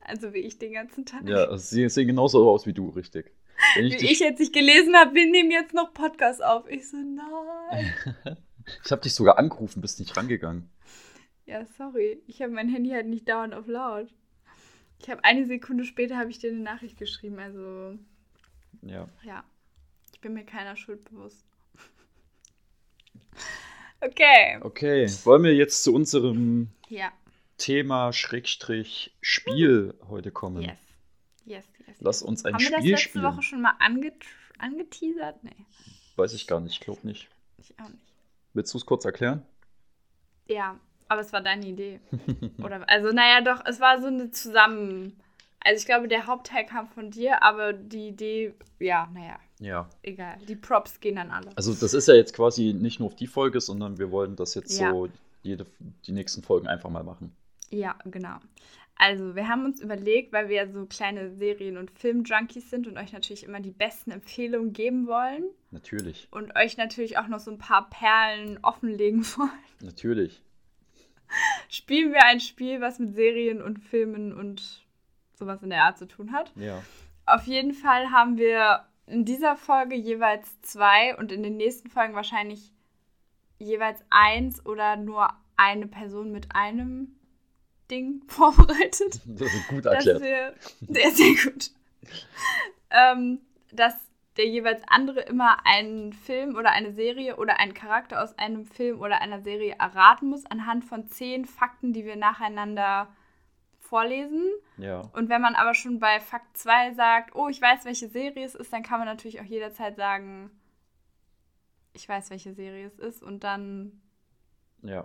Speaker 1: Also wie ich den ganzen Tag.
Speaker 2: Ja, also sie sehen genauso aus wie du, richtig. Wenn ich
Speaker 1: Wie
Speaker 2: dich
Speaker 1: ich jetzt nicht gelesen habe, wir nehmen jetzt noch Podcast auf. Ich so, nein.
Speaker 2: Ich habe dich sogar angerufen, bist nicht rangegangen.
Speaker 1: Ja, sorry. Ich habe mein Handy halt nicht dauernd auf laut. Ich habe eine Sekunde später habe ich dir eine Nachricht geschrieben. Also,
Speaker 2: Ja.
Speaker 1: ja. Ich bin mir keiner Schuld bewusst. Okay.
Speaker 2: Okay, wollen wir jetzt zu unserem
Speaker 1: Ja.
Speaker 2: Thema Schrägstrich Spiel heute kommen?
Speaker 1: Yes. Yes, yes.
Speaker 2: Lass uns ein
Speaker 1: Haben wir das
Speaker 2: Spiel
Speaker 1: letzte
Speaker 2: spielen.
Speaker 1: Woche schon mal ange angeteasert? Nee,
Speaker 2: Weiß ich gar nicht, ich glaube nicht.
Speaker 1: ich auch nicht.
Speaker 2: Willst du es kurz erklären?
Speaker 1: Ja, aber es war deine Idee. Oder, also, naja, doch, es war so eine Zusammen. Also, ich glaube, der Hauptteil kam von dir, aber die Idee, ja, naja,
Speaker 2: Ja.
Speaker 1: egal. Die Props gehen an alle.
Speaker 2: Also das ist ja jetzt quasi nicht nur auf die Folge, sondern wir wollen das jetzt
Speaker 1: Ja.
Speaker 2: so jede, die nächsten Folgen einfach mal machen.
Speaker 1: Ja, genau. Also, wir haben uns überlegt, weil wir ja so kleine Serien- und Film-Junkies sind und euch natürlich immer die besten Empfehlungen geben wollen
Speaker 2: Natürlich,
Speaker 1: und euch natürlich auch noch so ein paar Perlen offenlegen wollen,
Speaker 2: natürlich.
Speaker 1: spielen wir ein Spiel, was mit Serien und Filmen und sowas in der Art zu tun hat.
Speaker 2: Ja.
Speaker 1: Auf jeden Fall haben wir in dieser Folge jeweils zwei und in den nächsten Folgen wahrscheinlich jeweils eins oder nur eine Person mit einem Ding vorbereitet.
Speaker 2: Das ist gut
Speaker 1: Dass
Speaker 2: erklärt.
Speaker 1: wir, sehr, sehr gut. ähm, dass der jeweils andere immer einen Film oder eine Serie oder einen Charakter aus einem Film oder einer Serie erraten muss, anhand von zehn Fakten, die wir nacheinander vorlesen.
Speaker 2: Ja.
Speaker 1: Und wenn man aber schon bei Fakt 2 sagt, oh, ich weiß, welche Serie es ist, dann kann man natürlich auch jederzeit sagen, ich weiß, welche Serie es ist. Und dann
Speaker 2: Ja.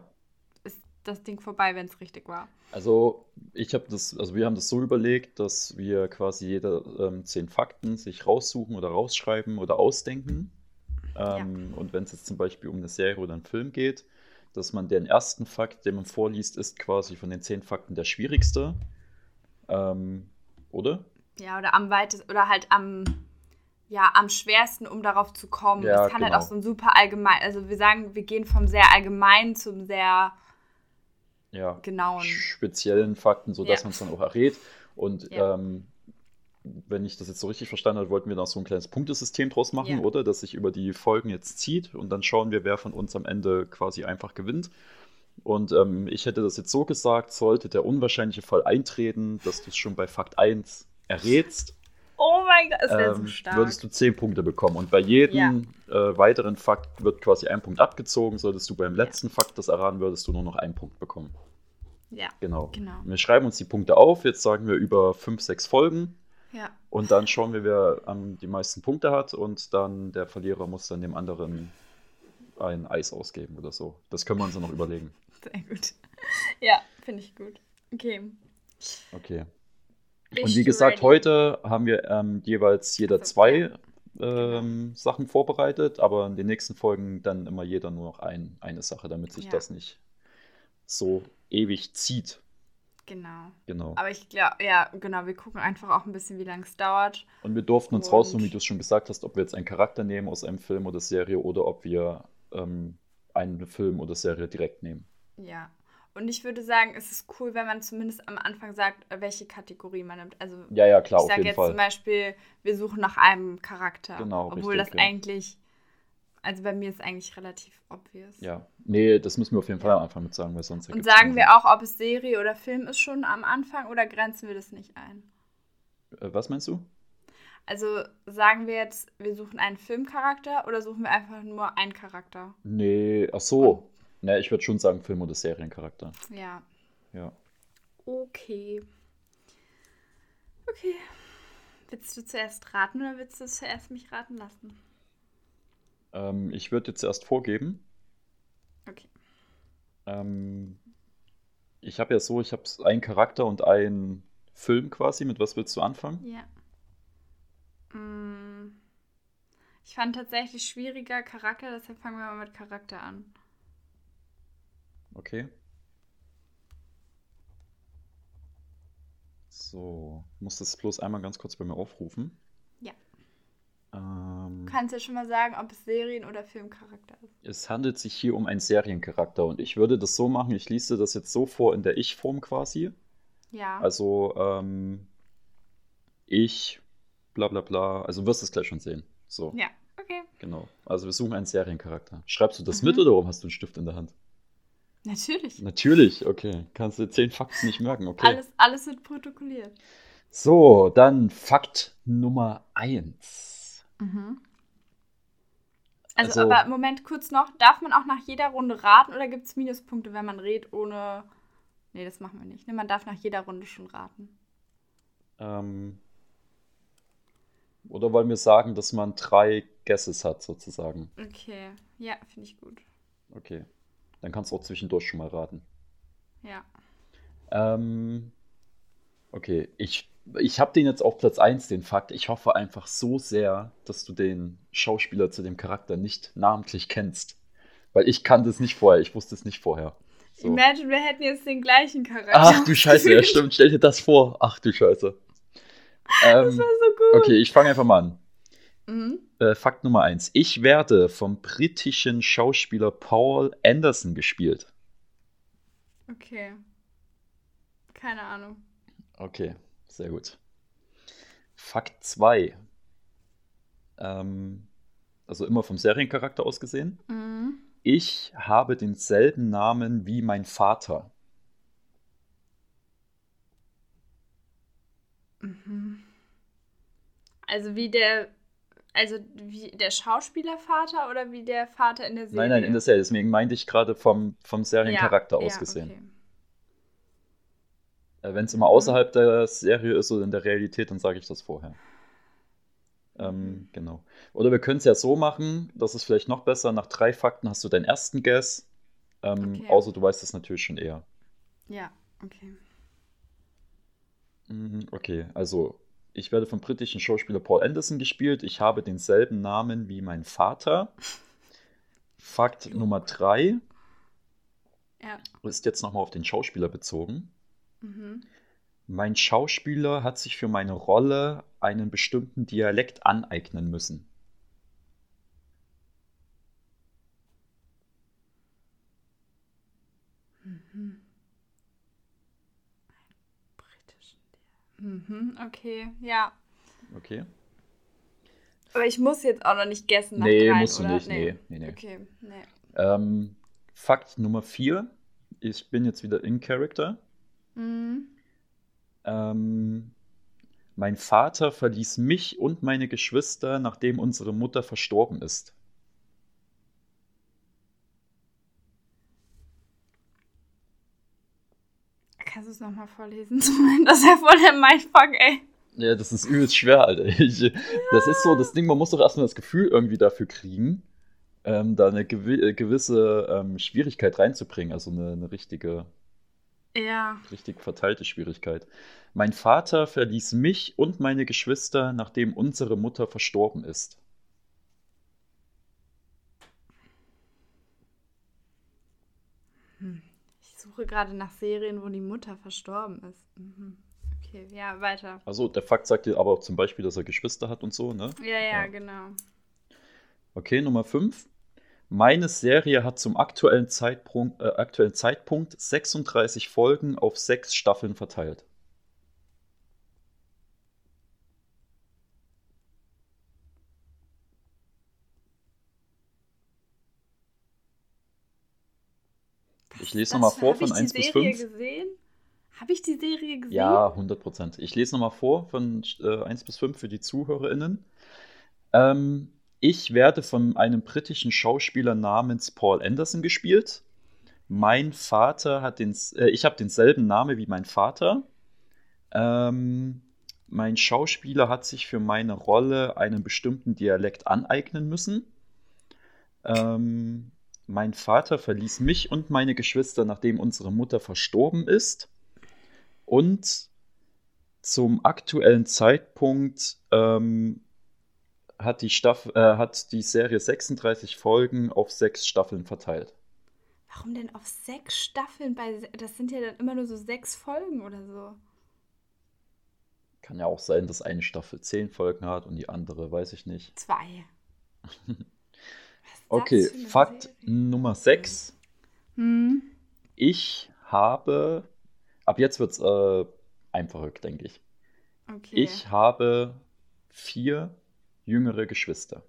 Speaker 1: ist das Ding vorbei, wenn es richtig war.
Speaker 2: Also ich habe das, also wir haben das so überlegt, dass wir quasi jeder ähm, zehn Fakten sich raussuchen oder rausschreiben oder ausdenken. Ähm, Und wenn es jetzt zum Beispiel um eine Serie oder einen Film geht, dass man den ersten Fakt, den man vorliest, ist quasi von den zehn Fakten der schwierigste. Ähm, oder?
Speaker 1: Ja, oder am weitesten, oder halt am, ja, am schwersten, um darauf zu kommen.
Speaker 2: Ja,
Speaker 1: es kann halt
Speaker 2: genau.
Speaker 1: auch so ein super allgemein, also wir sagen, wir gehen vom sehr allgemeinen zum sehr
Speaker 2: Ja.
Speaker 1: genauen.
Speaker 2: speziellen Fakten, sodass
Speaker 1: Ja.
Speaker 2: man es dann auch errät. Und
Speaker 1: Ja.
Speaker 2: ähm, wenn ich das jetzt so richtig verstanden habe, wollten wir noch so ein kleines Punktesystem draus machen,
Speaker 1: Ja.
Speaker 2: oder? Das sich über die Folgen jetzt zieht und dann schauen wir, wer von uns am Ende quasi einfach gewinnt. Und ähm, ich hätte das jetzt so gesagt, sollte der unwahrscheinliche Fall eintreten, dass du es schon bei Fakt 1 errätst,
Speaker 1: Oh mein Gott, es wäre so
Speaker 2: ähm,
Speaker 1: stark.
Speaker 2: würdest du 10 Punkte bekommen. Und bei jedem äh, weiteren Fakt wird quasi ein Punkt abgezogen. Solltest du beim letzten Fakt das erraten, würdest du nur noch einen Punkt bekommen.
Speaker 1: ja,
Speaker 2: Genau.
Speaker 1: genau.
Speaker 2: Wir schreiben uns die Punkte auf. Jetzt sagen wir über fünf, sechs Folgen.
Speaker 1: Ja.
Speaker 2: Und dann schauen wir, wer am, die meisten Punkte hat. Und dann der Verlierer muss dann dem anderen ein Eis ausgeben oder so. Das können wir uns dann noch überlegen.
Speaker 1: Sehr gut. Ja, finde ich gut. Okay.
Speaker 2: Okay. Und
Speaker 1: Bist
Speaker 2: wie
Speaker 1: du
Speaker 2: gesagt,
Speaker 1: ready?
Speaker 2: heute haben wir ähm, jeweils jeder
Speaker 1: So,
Speaker 2: zwei
Speaker 1: ja.
Speaker 2: ähm, Sachen vorbereitet. Aber in den nächsten Folgen dann immer jeder nur noch ein, eine Sache, damit sich
Speaker 1: Ja.
Speaker 2: das nicht so ewig zieht.
Speaker 1: Genau.
Speaker 2: Genau.
Speaker 1: Aber ich glaube, ja, genau, wir gucken einfach auch ein bisschen, wie lange es dauert.
Speaker 2: Und wir durften uns
Speaker 1: Und-
Speaker 2: raussuchen, wie du es schon gesagt hast, ob wir jetzt einen Charakter nehmen aus einem Film oder Serie oder ob wir ähm, einen Film oder Serie direkt nehmen.
Speaker 1: Ja. Und ich würde sagen, es ist cool, wenn man zumindest am Anfang sagt, welche Kategorie man nimmt. Also
Speaker 2: Ja, ja, klar,
Speaker 1: ich
Speaker 2: auf
Speaker 1: sage
Speaker 2: jeden
Speaker 1: jetzt
Speaker 2: Fall.
Speaker 1: zum Beispiel, wir suchen nach einem Charakter.
Speaker 2: Genau,
Speaker 1: Obwohl
Speaker 2: richtig,
Speaker 1: das
Speaker 2: ja.
Speaker 1: eigentlich, also bei mir ist eigentlich relativ obvious.
Speaker 2: Ja. Nee, das müssen wir auf jeden Fall am Anfang mit sagen, weil sonst
Speaker 1: Und sagen wir auch, ob es Serie oder Film ist schon am Anfang oder grenzen wir das nicht ein?
Speaker 2: auch. Äh, was meinst du?
Speaker 1: Also sagen wir jetzt, wir suchen einen Filmcharakter oder suchen wir einfach nur einen Charakter?
Speaker 2: Nee, ach so. Nee, ich würde schon sagen Film- oder Seriencharakter.
Speaker 1: Ja.
Speaker 2: Ja.
Speaker 1: Okay. Okay. Willst du zuerst raten oder willst du zuerst mich raten lassen?
Speaker 2: Ähm, ich würde jetzt erst vorgeben.
Speaker 1: Okay.
Speaker 2: Ähm, ich habe ja so, ich habe einen Charakter und einen Film quasi. Mit was willst du anfangen?
Speaker 1: Ja. Mm. Ich fand tatsächlich schwieriger Charakter, deshalb fangen wir mal mit Charakter an.
Speaker 2: Okay. So, ich muss das bloß einmal ganz kurz bei mir aufrufen.
Speaker 1: Ja.
Speaker 2: Ähm,
Speaker 1: Du kannst ja schon mal sagen, ob es Serien- oder Filmcharakter ist.
Speaker 2: es handelt sich hier um einen Seriencharakter und ich würde das so machen, ich lese dir das jetzt so vor in der Ich-Form quasi.
Speaker 1: Ja.
Speaker 2: Also, ähm, ich, bla bla bla, also wirst du es gleich schon sehen. So,
Speaker 1: ja. Okay.
Speaker 2: genau. Also wir suchen einen Seriencharakter. Schreibst du das
Speaker 1: Mhm.
Speaker 2: mit oder warum hast du einen Stift in der Hand?
Speaker 1: Natürlich.
Speaker 2: Natürlich, okay. Kannst du zehn Fakten nicht merken, okay.
Speaker 1: Alles, alles wird protokolliert.
Speaker 2: So, dann Fakt Nummer 1.
Speaker 1: Mhm. Also,
Speaker 2: Also-
Speaker 1: aber Moment, kurz noch. Darf man auch nach jeder Runde raten oder gibt es Minuspunkte, wenn man redet ohne. Nee, das machen wir nicht. Ne? Man darf nach jeder Runde schon raten.
Speaker 2: Ähm, oder wollen wir sagen, dass man drei Guesses hat, sozusagen?
Speaker 1: Okay. Ja, finde ich gut.
Speaker 2: Okay. Dann kannst du auch zwischendurch schon mal raten.
Speaker 1: Ja.
Speaker 2: Ähm, okay, ich, ich habe den jetzt auf Platz 1, den Fakt. Ich hoffe einfach so sehr, dass du den Schauspieler zu dem Charakter nicht namentlich kennst. Weil ich kannte es nicht vorher, ich wusste es nicht vorher. So.
Speaker 1: Imagine, wir hätten jetzt den gleichen Charakter.
Speaker 2: Ach du Scheiße, ja stimmt, stell dir das vor. Ach du Scheiße.
Speaker 1: Das
Speaker 2: Ähm,
Speaker 1: war so gut.
Speaker 2: okay, ich fange einfach mal an.
Speaker 1: Mhm.
Speaker 2: Äh, Fakt Nummer eins: Ich werde vom britischen Schauspieler Paul Anderson gespielt.
Speaker 1: Okay. Keine Ahnung.
Speaker 2: Okay, sehr gut. Fakt 2. Ähm, also immer vom Seriencharakter aus gesehen.
Speaker 1: Mhm.
Speaker 2: Ich habe denselben Namen wie mein Vater.
Speaker 1: Mhm. Also wie der, also wie der Schauspielervater oder wie der Vater in der Serie?
Speaker 2: Nein, nein, in der Serie. Deswegen meinte ich gerade vom, vom Seriencharakter
Speaker 1: ja,
Speaker 2: aus gesehen.
Speaker 1: okay.
Speaker 2: Äh, Wenn es immer außerhalb der Serie ist oder in der Realität, dann sage ich das vorher. Ähm, genau. Oder wir können es ja so machen, das ist vielleicht noch besser. Nach drei Fakten hast du deinen ersten Guess. Ähm,
Speaker 1: Okay.
Speaker 2: Außer du weißt es natürlich schon eher.
Speaker 1: Ja, okay.
Speaker 2: Mhm, Okay, also ich werde vom britischen Schauspieler Paul Anderson gespielt. Ich habe denselben Namen wie mein Vater. Fakt Nummer drei
Speaker 1: Ja.
Speaker 2: ist jetzt nochmal auf den Schauspieler bezogen.
Speaker 1: Mhm.
Speaker 2: Mein Schauspieler hat sich für meine Rolle einen bestimmten Dialekt aneignen müssen.
Speaker 1: Mhm. Britischen der. Mhm, okay, ja.
Speaker 2: Okay?
Speaker 1: Aber ich muss jetzt auch noch nicht gessen nach
Speaker 2: Nee,
Speaker 1: drei,
Speaker 2: musst du
Speaker 1: oder?
Speaker 2: nicht. Nee, nee, nee.
Speaker 1: Okay, nee.
Speaker 2: Ähm, Fakt Nummer vier. Ich bin jetzt wieder in Character.
Speaker 1: Mhm.
Speaker 2: Ähm, mein Vater verließ mich und meine Geschwister, nachdem unsere Mutter verstorben ist.
Speaker 1: Kannst du es nochmal vorlesen? Das ist ja voll der Mindfuck, ey.
Speaker 2: Ja, das ist übelst schwer, Alter. Ich, Das ist so das Ding, man muss doch erstmal das Gefühl irgendwie dafür kriegen, ähm, da eine gewi äh, gewisse ähm, Schwierigkeit reinzubringen, also eine, eine richtige,
Speaker 1: Ja.
Speaker 2: richtig verteilte Schwierigkeit. Mein Vater verließ mich und meine Geschwister, nachdem unsere Mutter verstorben ist.
Speaker 1: Hm. Ich suche gerade nach Serien, wo die Mutter verstorben ist. Mhm. Okay, ja, weiter.
Speaker 2: Also der Fakt sagt dir aber zum Beispiel, dass er Geschwister hat und so, ne?
Speaker 1: Ja, ja,
Speaker 2: Ja.
Speaker 1: genau.
Speaker 2: Okay, Nummer 5. Meine Serie hat zum aktuellen Zeitpunkt, äh, aktuellen Zeitpunkt 36 Folgen auf sechs Staffeln verteilt. Ich lese nochmal vor von 1 bis 5.
Speaker 1: gesehen? Habe ich die Serie gesehen?
Speaker 2: Ja, 100 Prozent. Ich lese nochmal vor von äh, 1 bis 5 für die ZuhörerInnen. Ähm, ich werde von einem britischen Schauspieler namens Paul Anderson gespielt. Mein Vater hat den, äh, ich habe denselben Namen wie mein Vater. Ähm, mein Schauspieler hat sich für meine Rolle einen bestimmten Dialekt aneignen müssen. Ähm, mein Vater verließ mich und meine Geschwister, nachdem unsere Mutter verstorben ist. Und zum aktuellen Zeitpunkt ähm, hat, die Staff äh, hat die Serie 36 Folgen auf sechs Staffeln verteilt.
Speaker 1: Warum denn auf sechs Staffeln? Bei, se- das sind ja dann immer nur so sechs Folgen oder so.
Speaker 2: Kann ja auch sein, dass eine Staffel 10 Folgen hat und die andere, weiß ich nicht.
Speaker 1: Zwei. Was ist das
Speaker 2: Okay,
Speaker 1: für eine
Speaker 2: Fakt
Speaker 1: Serie?
Speaker 2: Nummer 6.
Speaker 1: Hm.
Speaker 2: Ich habe, ab jetzt wird es äh, einfacher, denke ich.
Speaker 1: Okay.
Speaker 2: Ich habe vier jüngere Geschwister.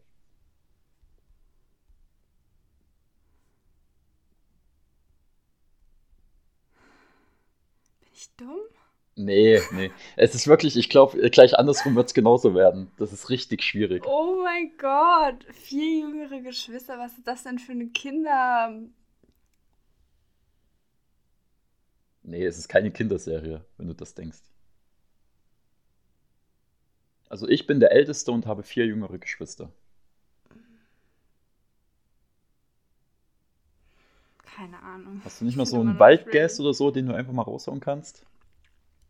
Speaker 1: Bin ich dumm?
Speaker 2: Nee, nee. Es ist wirklich, ich glaube, gleich andersrum wird es genauso werden. Das ist richtig schwierig.
Speaker 1: Oh mein Gott. Vier jüngere Geschwister. Was ist das denn für eine Kinder?
Speaker 2: Nee, es ist keine Kinderserie, wenn du das denkst. Also ich bin der Älteste und habe vier jüngere Geschwister.
Speaker 1: Keine Ahnung.
Speaker 2: Hast du nicht mal
Speaker 1: Ich
Speaker 2: so
Speaker 1: bin
Speaker 2: einen
Speaker 1: immer noch
Speaker 2: Waldguess
Speaker 1: crazy.
Speaker 2: oder so, den du einfach mal raushauen kannst?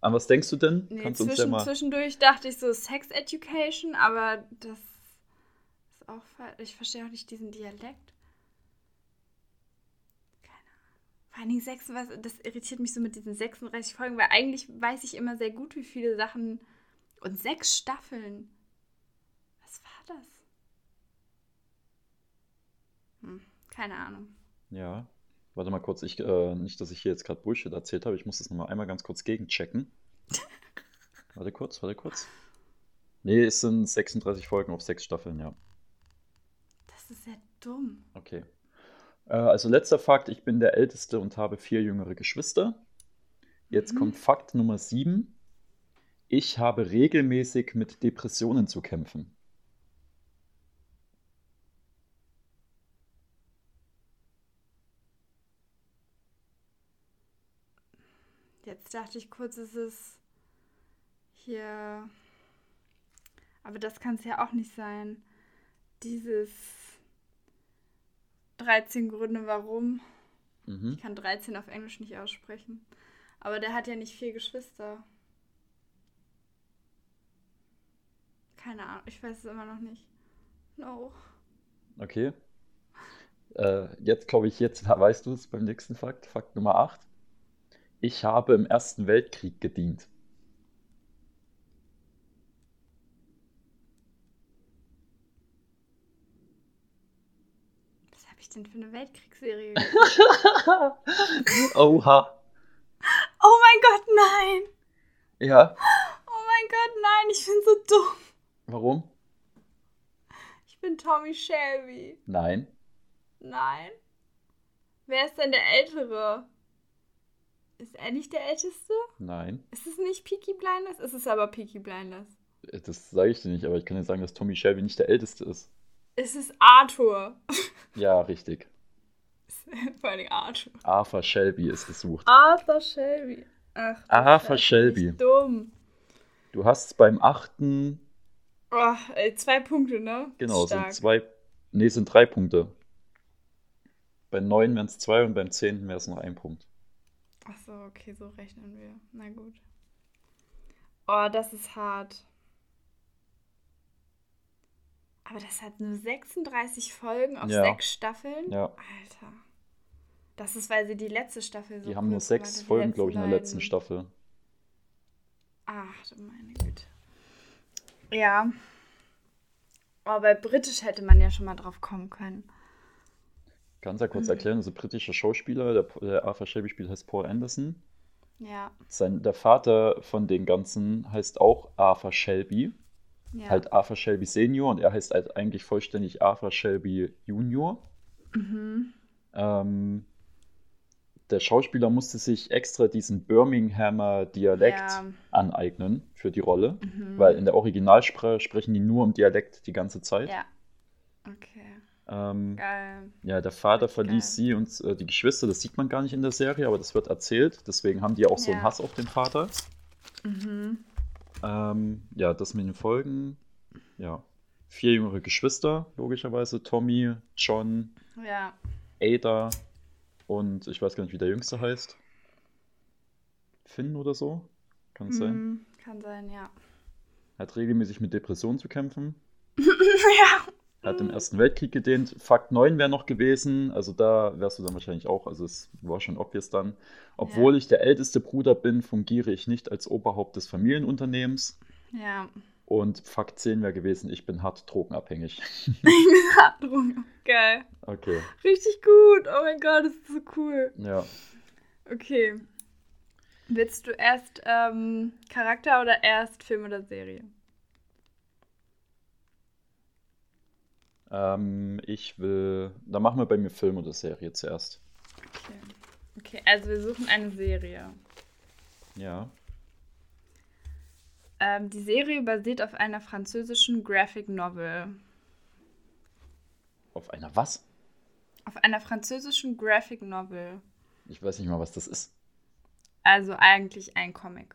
Speaker 2: An was denkst du denn?
Speaker 1: Nee,
Speaker 2: Kannst du uns ja
Speaker 1: zwischen,
Speaker 2: mal.
Speaker 1: zwischendurch dachte ich so Sex Education, aber das ist auch falsch. Ich verstehe auch nicht diesen Dialekt. Keine Ahnung. Vor allen Dingen 36, das irritiert mich so mit diesen 36 Folgen, weil eigentlich weiß ich immer sehr gut, wie viele Sachen und sechs Staffeln. Was war das? Hm, keine Ahnung.
Speaker 2: Ja. Warte mal kurz, ich, äh, nicht, dass ich hier jetzt gerade Bullshit erzählt habe. Ich muss das nochmal einmal ganz kurz gegenchecken. Warte kurz, warte kurz. Nee, es sind 36 Folgen auf sechs Staffeln, ja.
Speaker 1: Das ist ja dumm.
Speaker 2: Okay. Äh, also letzter Fakt, ich bin der Älteste und habe vier jüngere Geschwister. Jetzt
Speaker 1: Mhm.
Speaker 2: kommt Fakt Nummer sieben. Ich habe regelmäßig mit Depressionen zu kämpfen.
Speaker 1: Jetzt dachte ich kurz, es ist hier. Aber das kann es ja auch nicht sein. Dieses 13 Gründe, warum.
Speaker 2: Mhm.
Speaker 1: Ich kann 13 auf Englisch nicht aussprechen. Aber der hat ja nicht vier Geschwister. Keine Ahnung, ich weiß es immer noch nicht. No.
Speaker 2: Okay. Äh, jetzt glaube ich, jetzt weißt du es beim nächsten Fakt. Fakt Nummer 8. Ich habe im Ersten Weltkrieg gedient.
Speaker 1: Was habe ich denn für eine Weltkriegsserie? geguckt?
Speaker 2: Oha.
Speaker 1: oh mein Gott, nein!
Speaker 2: Ja,
Speaker 1: Oh mein Gott, nein, ich bin so dumm.
Speaker 2: warum?
Speaker 1: Ich bin Tommy Shelby.
Speaker 2: Nein.
Speaker 1: Nein. Wer ist denn der Ältere? Ist er nicht der Älteste?
Speaker 2: Nein.
Speaker 1: Ist es nicht Peaky Blinders? Ist es aber Peaky Blinders?
Speaker 2: Äh, Das sage ich dir nicht, aber ich kann dir sagen, dass Tommy Shelby nicht der Älteste ist.
Speaker 1: Ist es Arthur?
Speaker 2: Ja, richtig.
Speaker 1: Vor allem Arthur.
Speaker 2: Arthur Shelby ist gesucht.
Speaker 1: Arthur Shelby. Ach, du
Speaker 2: Arthur
Speaker 1: Scheiße,
Speaker 2: Shelby.
Speaker 1: nicht dumm.
Speaker 2: Du hast beim achten,
Speaker 1: Oh, ey, zwei Punkte, ne?
Speaker 2: genau,
Speaker 1: Stark.
Speaker 2: sind zwei, nee, sind drei Punkte. Beim neun wären es zwei und beim zehnten wäre es noch ein Punkt.
Speaker 1: Ach so, okay, so rechnen wir. Na gut. Oh, das ist hart. Aber das hat nur 36 Folgen auf
Speaker 2: Ja.
Speaker 1: sechs Staffeln.
Speaker 2: Ja.
Speaker 1: Alter. Das ist, weil sie die letzte Staffel so
Speaker 2: Die haben nur
Speaker 1: kurz gemacht
Speaker 2: sechs
Speaker 1: hat, die
Speaker 2: Folgen, glaube ich, in der
Speaker 1: beiden.
Speaker 2: letzten Staffel.
Speaker 1: Ach, du meine Güte. Ja. Aber bei britisch hätte man ja schon mal drauf kommen können.
Speaker 2: Kannst ja kurz
Speaker 1: Mhm.
Speaker 2: erklären, das ist ein britischer Schauspieler, der, der Arthur Shelby spielt, heißt Paul Anderson.
Speaker 1: Ja,
Speaker 2: Sein, der Vater von den ganzen heißt auch Arthur Shelby,
Speaker 1: ja.
Speaker 2: halt Arthur Shelby Senior und er heißt halt eigentlich vollständig Arthur Shelby Junior.
Speaker 1: Mhm.
Speaker 2: Ähm, der Schauspieler musste sich extra diesen Birminghamer Dialekt
Speaker 1: Ja.
Speaker 2: aneignen für die Rolle,
Speaker 1: Mhm.
Speaker 2: weil in der Originalsprache sprechen die nur im Dialekt die ganze Zeit.
Speaker 1: Ja. Okay.
Speaker 2: Ähm,
Speaker 1: Geil.
Speaker 2: Ja, der Vater
Speaker 1: Richtig
Speaker 2: verließ sie und äh, die Geschwister, das sieht man gar nicht in der Serie, aber das wird erzählt. Deswegen haben die auch so einen
Speaker 1: Ja.
Speaker 2: Hass auf den Vater.
Speaker 1: Mhm.
Speaker 2: Ähm, ja, das mit den Folgen. Ja. Vier jüngere Geschwister, logischerweise. Tommy, John,
Speaker 1: Ja,
Speaker 2: Ada und ich weiß gar nicht, wie der Jüngste heißt. Finn oder so. Kann es sein.
Speaker 1: Mhm, kann sein, ja.
Speaker 2: Hat regelmäßig mit Depressionen zu kämpfen.
Speaker 1: ja.
Speaker 2: Hat im Ersten Weltkrieg gedient. Fakt 9 wäre noch gewesen. Also da wärst du dann wahrscheinlich auch. Also es war schon obvious dann. Obwohl ich der älteste Bruder bin, fungiere ich nicht als Oberhaupt des Familienunternehmens.
Speaker 1: Ja,
Speaker 2: Und Fakt 10 wäre gewesen, ich bin hart drogenabhängig.
Speaker 1: ich bin hart drum. Geil.
Speaker 2: Okay,
Speaker 1: Richtig gut. Oh mein Gott, das ist so cool.
Speaker 2: ja.
Speaker 1: Okay. Willst du erst ähm, Charakter oder erst Film oder Serie?
Speaker 2: Ähm, ich will, dann machen wir bei mir Film oder Serie zuerst.
Speaker 1: Okay. Okay, also wir suchen eine Serie.
Speaker 2: Ja,
Speaker 1: Ähm, die Serie basiert auf einer französischen Graphic Novel.
Speaker 2: auf einer was?
Speaker 1: Auf einer französischen Graphic Novel.
Speaker 2: Ich weiß nicht mal, was das ist.
Speaker 1: Also eigentlich ein Comic.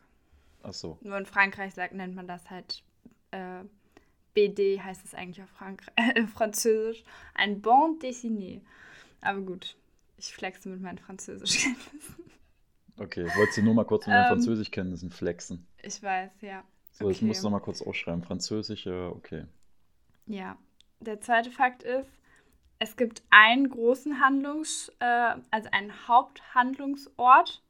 Speaker 2: Ach so.
Speaker 1: Nur in Frankreich sagt, nennt man das halt äh, BD, heißt es eigentlich auf Frank äh, Französisch. Ein Bon Dessiné. Aber gut, ich flexe mit meinen Französischkenntnissen.
Speaker 2: Okay, wolltest du nur mal kurz mit deinen
Speaker 1: Ähm.
Speaker 2: Französischkenntnissen flexen.
Speaker 1: Ich weiß, ja.
Speaker 2: So, das
Speaker 1: Okay.
Speaker 2: musst du noch mal kurz ausschreiben. Französisch, äh, okay.
Speaker 1: Ja. Der zweite Fakt ist, es gibt einen großen Handlungs-, äh, also einen Haupthandlungsort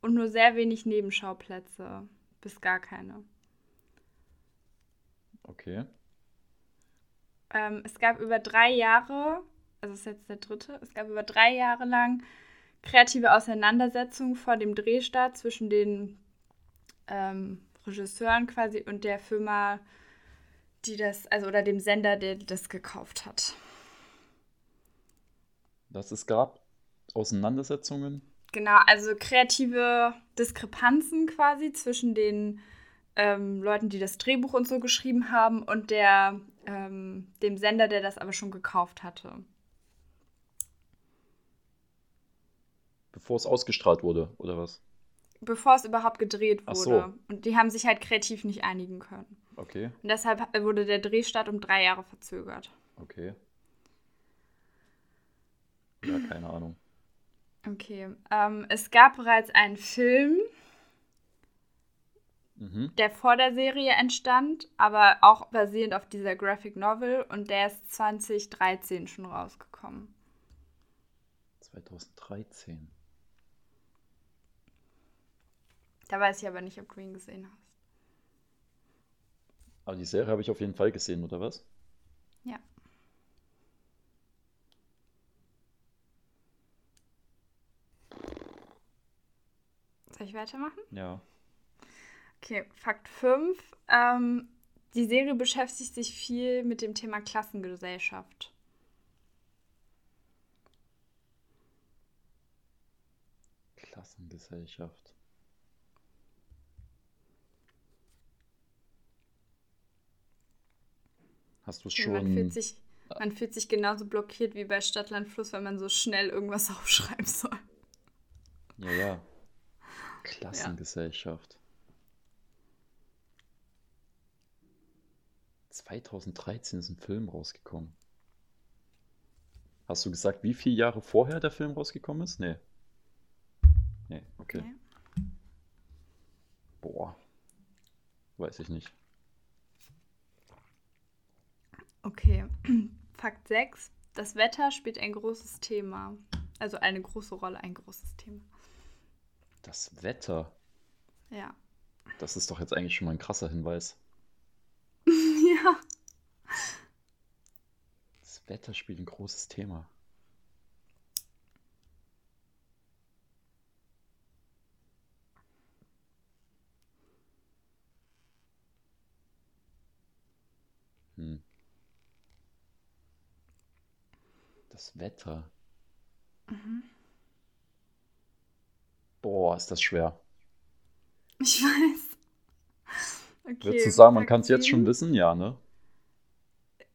Speaker 1: und nur sehr wenig Nebenschauplätze. Bis gar keine.
Speaker 2: Okay.
Speaker 1: Ähm, es gab über drei Jahre, also es ist jetzt der dritte, es gab über drei Jahre lang kreative Auseinandersetzungen vor dem Drehstart zwischen den ähm, Regisseuren quasi und der Firma, die das, also oder dem Sender, der das gekauft hat.
Speaker 2: dass es gab Auseinandersetzungen.
Speaker 1: Genau, also kreative Diskrepanzen quasi zwischen den ähm, Leuten, die das Drehbuch und so geschrieben haben und der, ähm, dem Sender, der das aber schon gekauft hatte.
Speaker 2: Bevor es ausgestrahlt wurde, oder was?
Speaker 1: Bevor es überhaupt gedreht
Speaker 2: Ach
Speaker 1: wurde.
Speaker 2: so.
Speaker 1: Und die haben sich halt kreativ nicht einigen können.
Speaker 2: Okay,
Speaker 1: Und deshalb wurde der Drehstart um drei Jahre verzögert.
Speaker 2: okay. Ja, keine Ahnung.
Speaker 1: Okay. Ähm, es gab bereits einen Film,
Speaker 2: Mhm.
Speaker 1: der vor der Serie entstand, aber auch basierend auf dieser Graphic Novel und der ist 2013 schon rausgekommen.
Speaker 2: 2013.
Speaker 1: Da weiß ich aber nicht, ob du ihn gesehen hast.
Speaker 2: Aber die Serie habe ich auf jeden Fall gesehen, oder was?
Speaker 1: Ja. Soll ich weitermachen?
Speaker 2: Ja.
Speaker 1: Okay, Fakt 5. Ähm, die Serie beschäftigt sich viel mit dem Thema Klassengesellschaft.
Speaker 2: Klassengesellschaft. Hast du
Speaker 1: Man,
Speaker 2: schon.
Speaker 1: fühlt sich, man fühlt sich genauso blockiert wie bei Stadtland Fluss, wenn man so schnell irgendwas aufschreiben soll.
Speaker 2: Ja, ja. Klassengesellschaft. 2013 ist ein Film rausgekommen. Hast du gesagt, wie viele Jahre vorher der Film rausgekommen ist? Nee. Nee, okay.
Speaker 1: Nee.
Speaker 2: Boah. Weiß ich nicht.
Speaker 1: Okay, Fakt 6. Das Wetter spielt ein großes Thema. Also eine große Rolle, ein großes Thema.
Speaker 2: Das Wetter.
Speaker 1: Ja.
Speaker 2: Das ist doch jetzt eigentlich schon mal ein krasser Hinweis.
Speaker 1: ja.
Speaker 2: Das Wetter spielt ein großes Thema. Hm. Das Wetter. Mhm. Boah, ist das schwer.
Speaker 1: Ich weiß. Okay,
Speaker 2: Würdest du sagen, man
Speaker 1: Fakt
Speaker 2: kann es jetzt schon
Speaker 1: sieben.
Speaker 2: wissen? Ja, ne?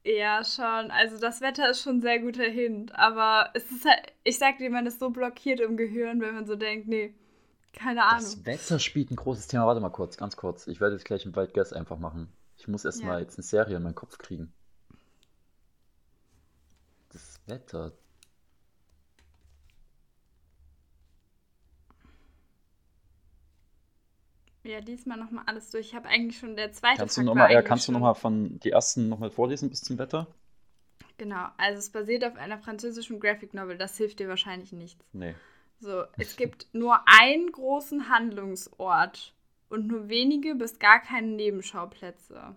Speaker 1: Ja, schon. Also das Wetter ist schon ein sehr guter Hint. Aber es ist halt, ich sag dir, man ist so blockiert im Gehirn, wenn man so denkt, nee, keine Ahnung.
Speaker 2: Das Wetter spielt ein großes Thema. Warte mal kurz, ganz kurz. Ich werde jetzt gleich einen Wild Guess einfach machen. Ich muss
Speaker 1: Ja.
Speaker 2: erstmal mal jetzt eine Serie in meinen Kopf kriegen. Das Wetter.
Speaker 1: Ja, diesmal nochmal alles durch. Ich habe eigentlich schon der zweite
Speaker 2: Kannst du
Speaker 1: Fakt
Speaker 2: nochmal
Speaker 1: war
Speaker 2: ja,
Speaker 1: eigentlich
Speaker 2: kannst du
Speaker 1: schon-
Speaker 2: noch mal von die ersten nochmal vorlesen bis zum Wetter?
Speaker 1: Genau, also es basiert auf einer französischen Graphic Novel. Das hilft dir wahrscheinlich nichts.
Speaker 2: Nee.
Speaker 1: So, es gibt nur einen großen Handlungsort und nur wenige bis gar keine Nebenschauplätze.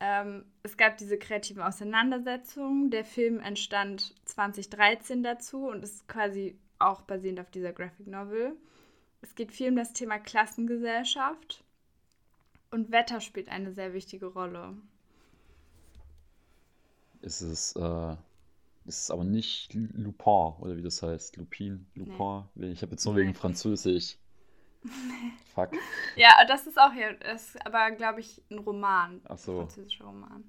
Speaker 1: Ähm, es gab diese kreativen Auseinandersetzungen. Der Film entstand 2013 dazu und ist quasi auch basierend auf dieser Graphic Novel. Es geht viel um das Thema Klassengesellschaft und Wetter spielt eine sehr wichtige Rolle.
Speaker 2: Ist es, äh, ist es aber nicht Lu- Lupin, oder wie das heißt? Lupin, Lupin. Ich habe jetzt nur wegen
Speaker 1: Nee.
Speaker 2: Französisch. Fuck.
Speaker 1: Ja, das ist auch hier, das ist aber, glaube ich, ein Roman,
Speaker 2: Ach so.
Speaker 1: französischer Roman.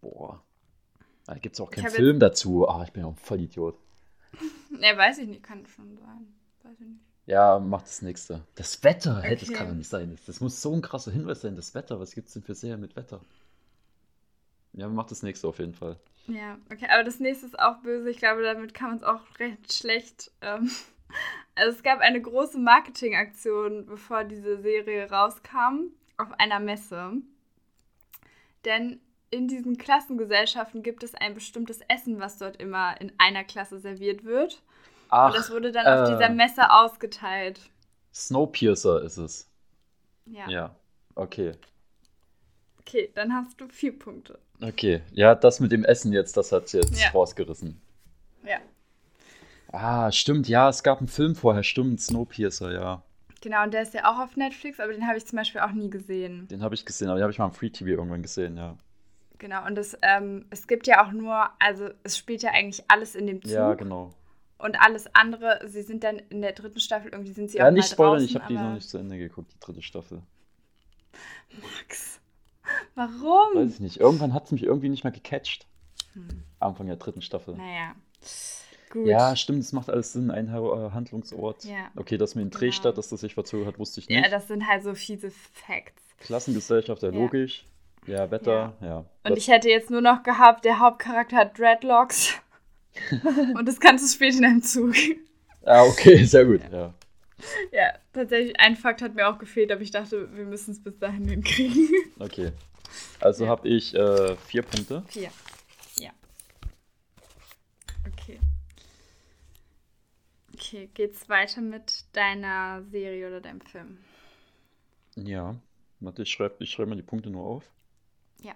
Speaker 2: Boah. Da gibt es auch
Speaker 1: Ich
Speaker 2: keinen
Speaker 1: hab jetzt-
Speaker 2: Film dazu. Ah, ich bin ja auch voll Idiot.
Speaker 1: Ne, weiß ich nicht, kann schon sein. Weiß ich nicht.
Speaker 2: Ja, mach das nächste. Das Wetter, hä, das
Speaker 1: Okay.
Speaker 2: kann doch nicht sein. Das, das muss so ein krasser Hinweis sein. Das Wetter, was gibt's denn für Serien mit Wetter? Ja, mach das nächste auf jeden Fall.
Speaker 1: Ja, okay, aber das nächste ist auch böse. Ich glaube, damit kann man es auch recht schlecht. Ähm, also es gab eine große Marketingaktion, bevor diese Serie rauskam, auf einer Messe. Denn in diesen Klassengesellschaften gibt es ein bestimmtes Essen, was dort immer in einer Klasse serviert wird.
Speaker 2: Ach,
Speaker 1: Und das wurde dann auf
Speaker 2: äh.
Speaker 1: dieser Messe ausgeteilt.
Speaker 2: Snowpiercer ist es.
Speaker 1: Ja.
Speaker 2: Ja. Okay.
Speaker 1: Okay, dann hast du vier Punkte.
Speaker 2: Okay. Ja, das mit dem Essen jetzt, das hat's jetzt
Speaker 1: Ja.
Speaker 2: rausgerissen.
Speaker 1: Ja.
Speaker 2: Ah, stimmt, ja, es gab einen Film vorher, stimmt, Snowpiercer, ja.
Speaker 1: Genau, und der ist ja auch auf Netflix, aber den habe ich zum Beispiel auch nie gesehen.
Speaker 2: Den habe ich gesehen, aber den habe ich mal im Free TV irgendwann gesehen, ja.
Speaker 1: Genau, und es, ähm, es gibt ja auch nur, also es spielt ja eigentlich alles in dem Zug.
Speaker 2: Ja, genau.
Speaker 1: Und alles andere, sie sind dann in der dritten Staffel, irgendwie sind sie
Speaker 2: Ja,
Speaker 1: auch
Speaker 2: nicht
Speaker 1: mal
Speaker 2: spoilern,
Speaker 1: halt draußen,
Speaker 2: ich habe die
Speaker 1: aber-
Speaker 2: noch nicht zu Ende geguckt, die dritte Staffel.
Speaker 1: Max, warum?
Speaker 2: Weiß ich nicht. Irgendwann hat es mich irgendwie nicht mehr gecatcht.
Speaker 1: Hm.
Speaker 2: Anfang der dritten Staffel.
Speaker 1: Naja, gut.
Speaker 2: Ja, stimmt, das macht alles Sinn. Ein Ha- äh, Handlungsort.
Speaker 1: Ja.
Speaker 2: Okay, dass mit in
Speaker 1: Genau.
Speaker 2: Drehstadt, dass das sich verzögert hat, wusste ich nicht.
Speaker 1: ja, das sind halt so fiese Facts.
Speaker 2: Klassengesellschaft, ja,
Speaker 1: Ja.
Speaker 2: logisch. Ja, Wetter, ja.
Speaker 1: Und ich hätte jetzt nur noch gehabt, der Hauptcharakter hat Dreadlocks. und das Ganze spielt in einem Zug.
Speaker 2: ah, okay, sehr gut. Ja.
Speaker 1: ja, tatsächlich, ein Fakt hat mir auch gefehlt, aber ich dachte, wir müssen es bis dahin hinkriegen.
Speaker 2: Okay. Also
Speaker 1: Ja.
Speaker 2: habe ich äh, vier Punkte.
Speaker 1: Vier. Ja. Okay. Okay, geht's weiter mit deiner Serie oder deinem Film?
Speaker 2: Ja. Warte, ich schreibe ich schreib mal die Punkte nur auf.
Speaker 1: Ja.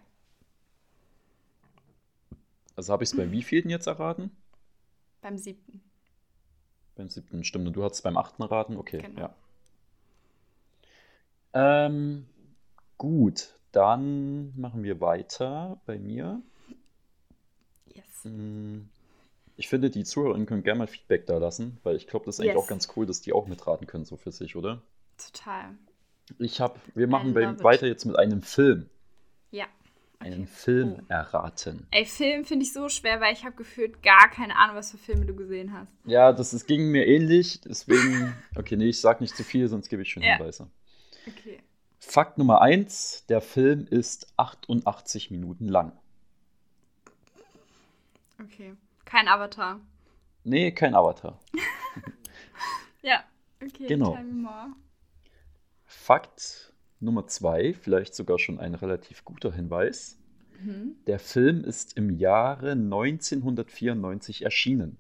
Speaker 2: Also habe ich es bei wie vielen jetzt erraten?
Speaker 1: Beim siebten.
Speaker 2: Beim siebten, stimmt. Und du hattest beim achten raten? Okay,
Speaker 1: Genau.
Speaker 2: ja. Ähm, gut, dann machen wir weiter bei mir.
Speaker 1: Yes.
Speaker 2: Hm, Ich finde, die ZuhörerInnen können gerne mal Feedback da lassen, weil ich glaube, das ist eigentlich
Speaker 1: Yes.
Speaker 2: auch ganz cool, dass die auch mitraten können, so für sich, oder?
Speaker 1: Total.
Speaker 2: Ich habe, wir machen
Speaker 1: love
Speaker 2: bei,
Speaker 1: it.
Speaker 2: weiter jetzt mit einem Film.
Speaker 1: Ja.
Speaker 2: Einen
Speaker 1: Okay.
Speaker 2: Film
Speaker 1: Oh.
Speaker 2: erraten.
Speaker 1: Ey, Film finde ich so schwer, weil ich habe gefühlt gar keine Ahnung, was für Filme du gesehen hast.
Speaker 2: Ja, das ist, ging mir ähnlich, deswegen. Okay, nee, ich sag nicht zu viel, sonst gebe ich schon
Speaker 1: Ja.
Speaker 2: Hinweise.
Speaker 1: Okay.
Speaker 2: Fakt Nummer eins: Der Film ist 88 Minuten lang.
Speaker 1: Okay. Kein Avatar.
Speaker 2: Nee, kein Avatar.
Speaker 1: Ja. Okay.
Speaker 2: Genau.
Speaker 1: Tell me more.
Speaker 2: Fakt Nummer zwei, vielleicht sogar schon ein relativ guter Hinweis.
Speaker 1: Mhm.
Speaker 2: Der Film ist im Jahre 1994 erschienen.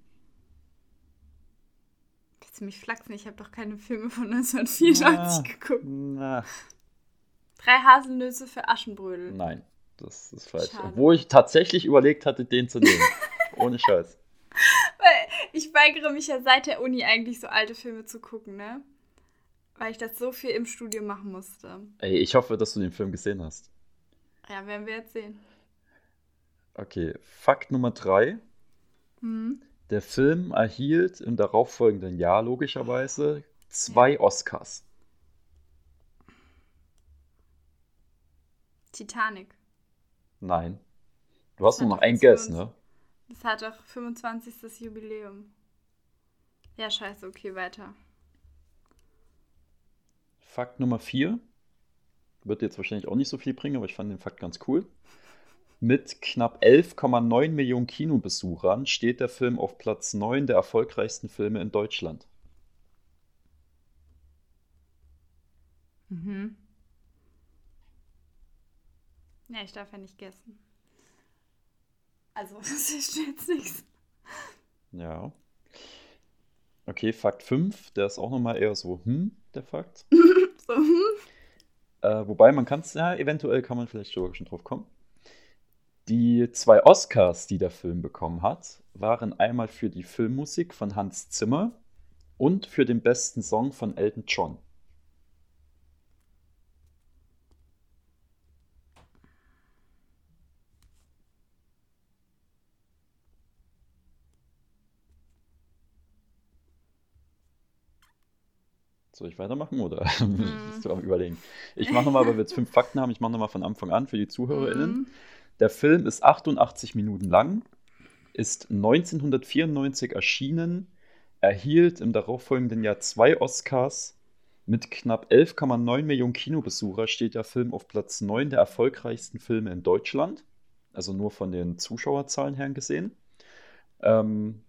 Speaker 1: Willst du mich flachsen? Ich habe doch keine Filme von 1994 geguckt.
Speaker 2: Na,
Speaker 1: Drei Haselnüsse für Aschenbrödel.
Speaker 2: nein, das ist falsch.
Speaker 1: Schade.
Speaker 2: Obwohl ich tatsächlich überlegt hatte, den zu nehmen. Ohne Scheiß.
Speaker 1: Weil ich weigere mich ja seit der Uni eigentlich so alte Filme zu gucken, ne? Weil ich das so viel im Studio machen musste.
Speaker 2: Ey, ich hoffe, dass du den Film gesehen hast.
Speaker 1: Ja, werden wir jetzt sehen.
Speaker 2: Okay, Fakt Nummer drei.
Speaker 1: Hm?
Speaker 2: Der Film erhielt im darauffolgenden Jahr logischerweise zwei Oscars.
Speaker 1: Titanic.
Speaker 2: Nein. Du hast
Speaker 1: Das
Speaker 2: nur noch
Speaker 1: hat doch
Speaker 2: ein
Speaker 1: jetzt
Speaker 2: Guess,
Speaker 1: für uns-
Speaker 2: ne?
Speaker 1: Das hat doch 25. Jubiläum. Ja, scheiße, okay, weiter.
Speaker 2: Fakt Nummer 4. Wird jetzt wahrscheinlich auch nicht so viel bringen, aber ich fand den Fakt ganz cool. Mit knapp 11,9 Millionen Kinobesuchern steht der Film auf Platz 9 der erfolgreichsten Filme in Deutschland.
Speaker 1: Mhm. Ja, ich darf ja nicht gessen. Also, das ist jetzt nichts.
Speaker 2: Ja. Okay, Fakt 5, der ist auch nochmal eher so, hm, der Fakt.
Speaker 1: So, hm?
Speaker 2: Äh, wobei man kann es, ja, eventuell kann man vielleicht sogar schon drauf kommen. Die zwei Oscars, die der Film bekommen hat, waren einmal für die Filmmusik von Hans Zimmer und für den besten Song von Elton John. Soll ich weitermachen oder bist du am Überlegen? Ich mache nochmal, weil wir jetzt fünf Fakten haben, ich mache nochmal von Anfang an für die ZuhörerInnen.
Speaker 1: Mhm.
Speaker 2: Der Film ist 88 Minuten lang, ist 1994 erschienen, erhielt im darauffolgenden Jahr zwei Oscars. Mit knapp 11,9 Millionen Kinobesucher steht der Film auf Platz 9 der erfolgreichsten Filme in Deutschland. Also nur von den Zuschauerzahlen her gesehen. Ähm,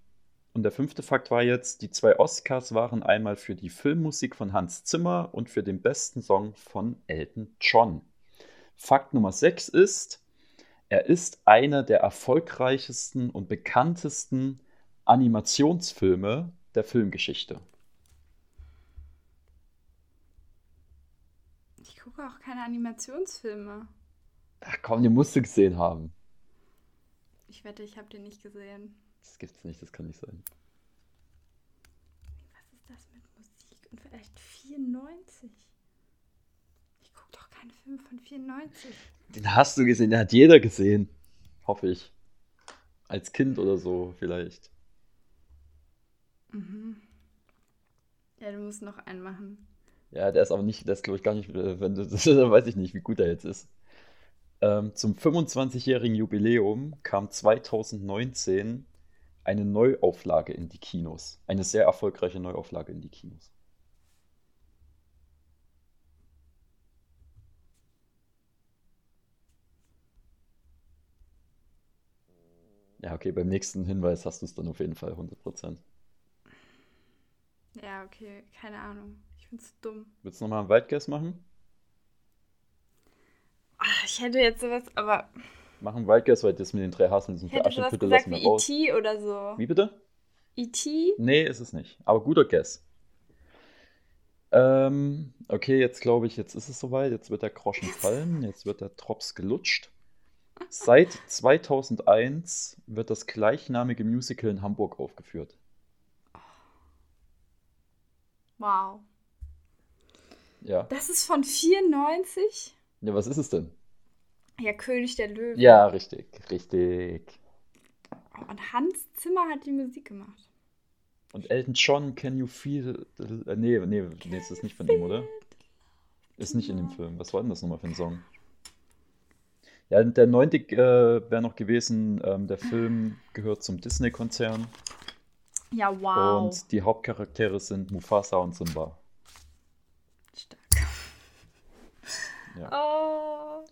Speaker 2: und der fünfte Fakt war jetzt, die zwei Oscars waren einmal für die Filmmusik von Hans Zimmer und für den besten Song von Elton John. Fakt Nummer 6 ist, er ist einer der erfolgreichsten und bekanntesten Animationsfilme der Filmgeschichte.
Speaker 1: Ich gucke auch keine Animationsfilme.
Speaker 2: Ach komm, den musst du gesehen haben.
Speaker 1: Ich wette, ich habe den nicht gesehen.
Speaker 2: Das gibt's nicht, das kann nicht sein.
Speaker 1: Was ist das mit Musik? Und vielleicht 94? Ich gucke doch keine kleine Film von 94.
Speaker 2: Den hast du gesehen, den hat jeder gesehen. Hoffe ich. Als Kind oder so vielleicht.
Speaker 1: Mhm. Ja, du musst noch einen machen.
Speaker 2: Ja, der ist aber nicht, der ist glaube ich gar nicht, äh, wenn du, das weiß ich nicht, wie gut er jetzt ist. Ähm, zum 25-jährigen Jubiläum kam 2019 eine Neuauflage in die Kinos. Eine sehr erfolgreiche Neuauflage in die Kinos. Ja, okay, beim nächsten Hinweis hast du es dann auf jeden Fall 100%.
Speaker 1: Ja, okay, keine Ahnung. Ich find's dumm.
Speaker 2: Willst du nochmal einen Waldguess machen?
Speaker 1: Ach, Ah, ich hätte jetzt sowas, aber
Speaker 2: Mach einen Waldguess, weil das mit den drei Hasen, diesen
Speaker 1: ich hätte sowas
Speaker 2: Aschenpüttel
Speaker 1: gesagt
Speaker 2: lassen wir
Speaker 1: wie E
Speaker 2: ne? raus.
Speaker 1: E.T. oder so. E
Speaker 2: Wie bitte?
Speaker 1: E.T.?
Speaker 2: Nee, ist es nicht. Aber guter Guess. Ähm, okay, jetzt glaube ich, jetzt ist es soweit. Jetzt wird der Groschen fallen. Jetzt wird der Drops gelutscht. Seit 2001 wird das gleichnamige Musical in Hamburg aufgeführt.
Speaker 1: Wow.
Speaker 2: Ja.
Speaker 1: Das ist von 94?
Speaker 2: Ja, was ist es denn?
Speaker 1: Ja, König der Löwen.
Speaker 2: Ja, richtig, richtig.
Speaker 1: Und Hans Zimmer hat die Musik gemacht.
Speaker 2: Und Elton John, Can You Feel? Äh, nee, nee, nee, es ist nicht von ihm, oder? Ist nicht in dem Film. Was war denn das nochmal für ein Song? Ja, der neunte äh, wäre noch gewesen, ähm, der Film gehört zum Disney-Konzern
Speaker 1: Ja, wow.
Speaker 2: und die Hauptcharaktere sind Mufasa und Simba.
Speaker 1: Stark.
Speaker 2: Ja.
Speaker 1: Oh.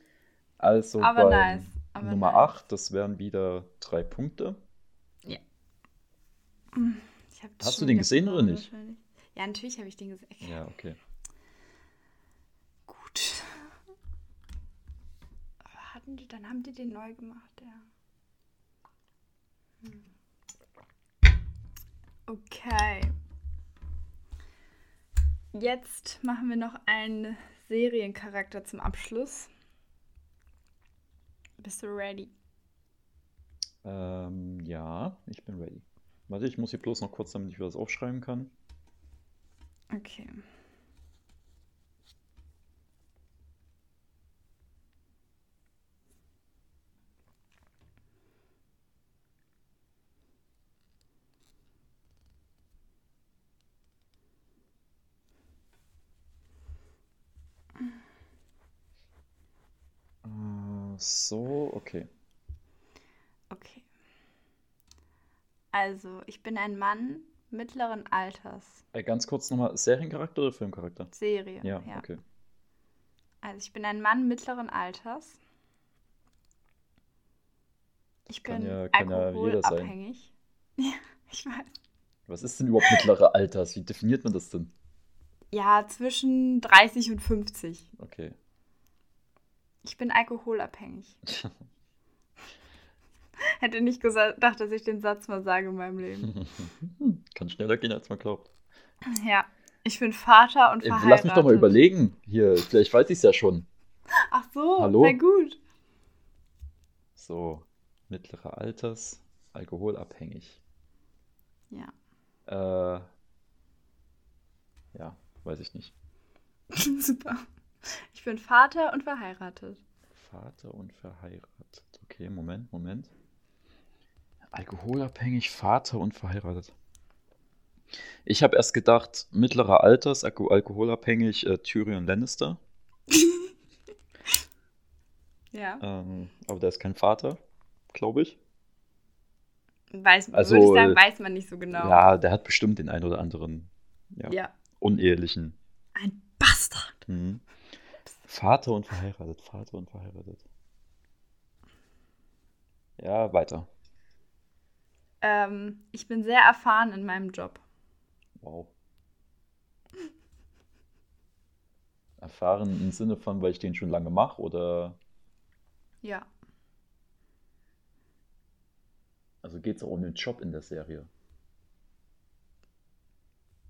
Speaker 2: Also
Speaker 1: Aber
Speaker 2: bei
Speaker 1: nice. Aber
Speaker 2: Nummer
Speaker 1: nice.
Speaker 2: 8, das wären wieder drei Punkte.
Speaker 1: Ich hab
Speaker 2: Hast
Speaker 1: das
Speaker 2: du
Speaker 1: schon
Speaker 2: den
Speaker 1: wieder
Speaker 2: gesehen oder
Speaker 1: verloren
Speaker 2: nicht?
Speaker 1: wahrscheinlich. Ja, natürlich habe ich den gesehen.
Speaker 2: Ja, okay.
Speaker 1: Gut. Aber hatten die, dann haben die den neu gemacht, ja. Hm. Okay. Jetzt machen wir noch einen Seriencharakter zum Abschluss. Bist du ready?
Speaker 2: Ähm, ja, ich bin ready. Warte, ich muss hier bloß noch kurz, damit ich wieder das aufschreiben kann.
Speaker 1: Okay.
Speaker 2: Äh, so, okay.
Speaker 1: Okay. Also, ich bin ein Mann mittleren Alters.
Speaker 2: Äh, ganz kurz nochmal, Seriencharakter oder Filmcharakter?
Speaker 1: Serie.
Speaker 2: Ja, okay.
Speaker 1: Also ich bin ein Mann mittleren Alters. Ich
Speaker 2: kann
Speaker 1: bin
Speaker 2: ja- kann ja jeder sein.
Speaker 1: alkoholabhängig. Ja, ich weiß.
Speaker 2: Was ist denn überhaupt mittlere Alters? Wie definiert man das denn?
Speaker 1: Ja, zwischen 30 und 50.
Speaker 2: Okay.
Speaker 1: Ich bin alkoholabhängig. Hätte nicht gesa- gedacht, dass ich den Satz mal sage in meinem Leben.
Speaker 2: Kann schneller gehen, als man glaubt.
Speaker 1: Ja, ich bin Vater und
Speaker 2: Ey,
Speaker 1: verheiratet.
Speaker 2: Äh, lass mich doch mal überlegen. Hier, vielleicht weiß ich es ja schon.
Speaker 1: Ach so,
Speaker 2: Hallo?
Speaker 1: na gut.
Speaker 2: So, mittlere Alters, alkoholabhängig.
Speaker 1: Ja.
Speaker 2: Äh, ja, weiß ich nicht.
Speaker 1: Super. Ich bin Vater und verheiratet.
Speaker 2: Vater und verheiratet. Okay, Moment, Moment. Alkoholabhängig, Vater und verheiratet. Ich habe erst gedacht, mittlerer Alters, alko alkoholabhängig, äh, Tyrion Lannister.
Speaker 1: Ja.
Speaker 2: Ähm, aber der ist kein Vater, glaube ich.
Speaker 1: Weiß,
Speaker 2: Also,
Speaker 1: würde ich sagen,
Speaker 2: äh,
Speaker 1: weiß man nicht so genau.
Speaker 2: Ja, der hat bestimmt den ein oder anderen ja,
Speaker 1: ja.
Speaker 2: unehelichen.
Speaker 1: Ein Bastard.
Speaker 2: Mhm. Vater und verheiratet, Vater und verheiratet. Ja, weiter.
Speaker 1: Ähm, ich bin sehr erfahren in meinem Job.
Speaker 2: Wow. Erfahren im Sinne von, weil ich den schon lange mache oder
Speaker 1: Ja.
Speaker 2: also geht es auch um den Job in der Serie.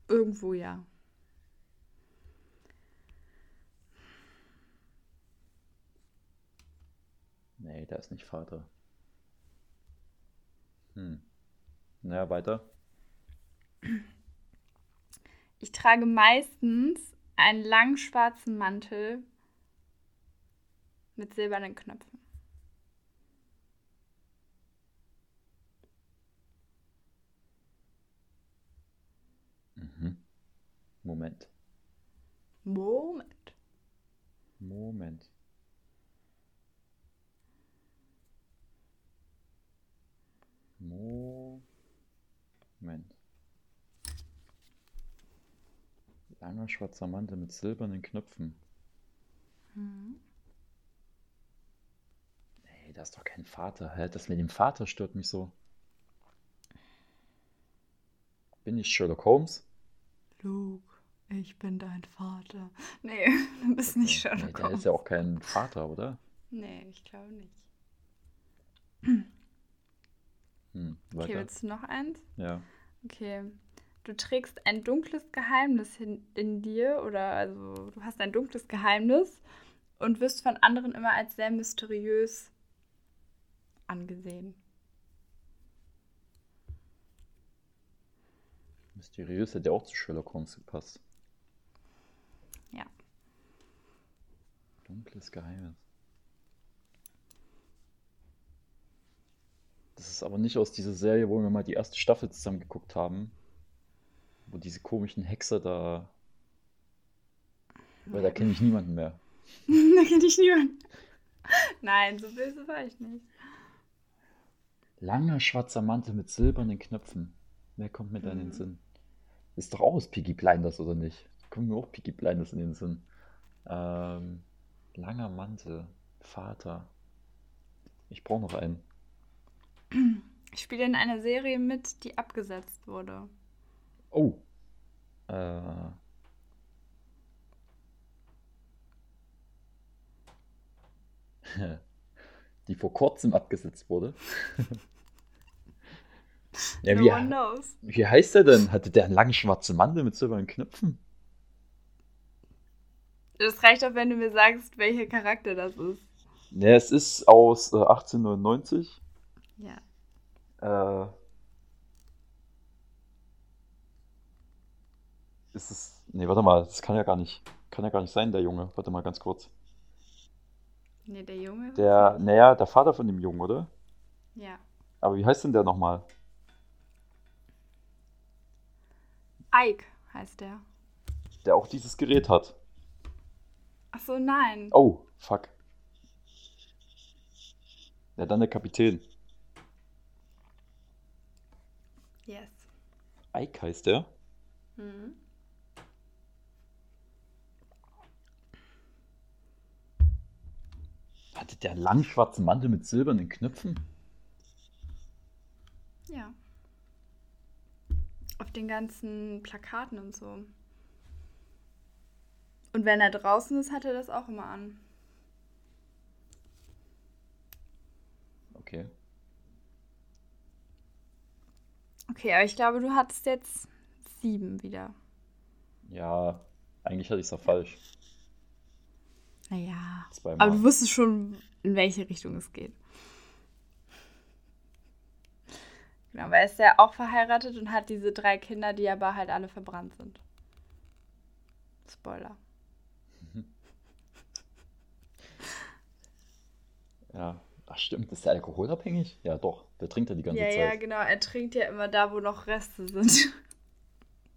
Speaker 1: Irgendwo ja.
Speaker 2: Nee, der ist nicht Vater. Hm. Naja, weiter.
Speaker 1: Ich trage meistens einen langen schwarzen Mantel Mit silbernen Knöpfen.
Speaker 2: Mhm. Moment.
Speaker 1: Moment.
Speaker 2: Moment. Moment. Langer schwarzer Mantel mit silbernen Knöpfen.
Speaker 1: Mhm.
Speaker 2: Nee, da ist doch kein Vater. Hä? Das mit dem Vater stört mich so. Bin ich Sherlock Holmes?
Speaker 1: Luke, ich bin dein Vater. Nee, du bist nicht
Speaker 2: Nee,
Speaker 1: Sherlock
Speaker 2: der ist
Speaker 1: Holmes.
Speaker 2: ja auch kein Vater, oder?
Speaker 1: Nee, ich glaube nicht.
Speaker 2: Hm,
Speaker 1: Okay,
Speaker 2: weiter.
Speaker 1: willst du noch eins?
Speaker 2: ja.
Speaker 1: Okay. Du trägst ein dunkles Geheimnis hin in dir oder also du hast ein dunkles Geheimnis und wirst von anderen immer als sehr mysteriös angesehen.
Speaker 2: Mysteriös hätte ja auch zu Sherlock Holmes gepasst.
Speaker 1: Ja.
Speaker 2: Dunkles Geheimnis. Das ist aber nicht aus dieser Serie, wo wir mal die erste Staffel zusammen geguckt haben. Wo diese komischen Hexer da. Weil da kenne ich niemanden mehr.
Speaker 1: da kenne ich niemanden. Nein, so böse war ich nicht.
Speaker 2: Langer schwarzer Mantel mit silbernen Knöpfen. Wer kommt mir da in den
Speaker 1: Mhm.
Speaker 2: Sinn? Ist doch auch aus Piggy Blinders, oder nicht? Kommt mir auch Piggy Blinders in den Sinn. Ähm, langer Mantel. Vater. Ich brauche noch einen.
Speaker 1: Ich spiele in einer Serie mit, die abgesetzt wurde.
Speaker 2: Oh. Äh. Die vor kurzem abgesetzt wurde. ja,
Speaker 1: no
Speaker 2: wie,
Speaker 1: one knows.
Speaker 2: Wie heißt der denn? Hatte der einen langen schwarzen Mantel mit silbernen Knöpfen?
Speaker 1: Das reicht auch, wenn du mir sagst, welcher Charakter das ist.
Speaker 2: Ne, es ist aus äh, 1899.
Speaker 1: Ja.
Speaker 2: Äh, ist es. Ne, warte mal, das kann ja gar nicht. Kann ja gar nicht sein, der Junge. Warte mal ganz kurz.
Speaker 1: Nee, der Junge?
Speaker 2: Der, naja, der Vater von dem Jungen, oder?
Speaker 1: Ja.
Speaker 2: Aber wie heißt denn der nochmal?
Speaker 1: Ike heißt der.
Speaker 2: Der auch dieses Gerät hat.
Speaker 1: Ach so, nein.
Speaker 2: Oh, fuck. Ja, dann der Kapitän.
Speaker 1: Yes.
Speaker 2: Ike heißt der.
Speaker 1: Mhm.
Speaker 2: Hatte der einen langen schwarzen Mantel mit silbernen Knöpfen?
Speaker 1: Ja. Auf den ganzen Plakaten und so. Und wenn er draußen ist, hat er das auch immer an.
Speaker 2: Okay.
Speaker 1: Okay, aber ich glaube, du hattest jetzt sieben wieder.
Speaker 2: Ja, eigentlich hatte ich es ja falsch.
Speaker 1: Naja.
Speaker 2: Zweimal.
Speaker 1: Aber du wusstest schon, in welche Richtung es geht. Genau, weil er ist ja auch verheiratet und hat diese drei Kinder, die aber halt alle verbrannt sind. Spoiler.
Speaker 2: Ja. Ach stimmt, ist der alkoholabhängig? Ja, doch. Der trinkt ja die ganze
Speaker 1: Ja, ja,
Speaker 2: Zeit.
Speaker 1: genau. Er trinkt ja immer da, wo noch Reste sind.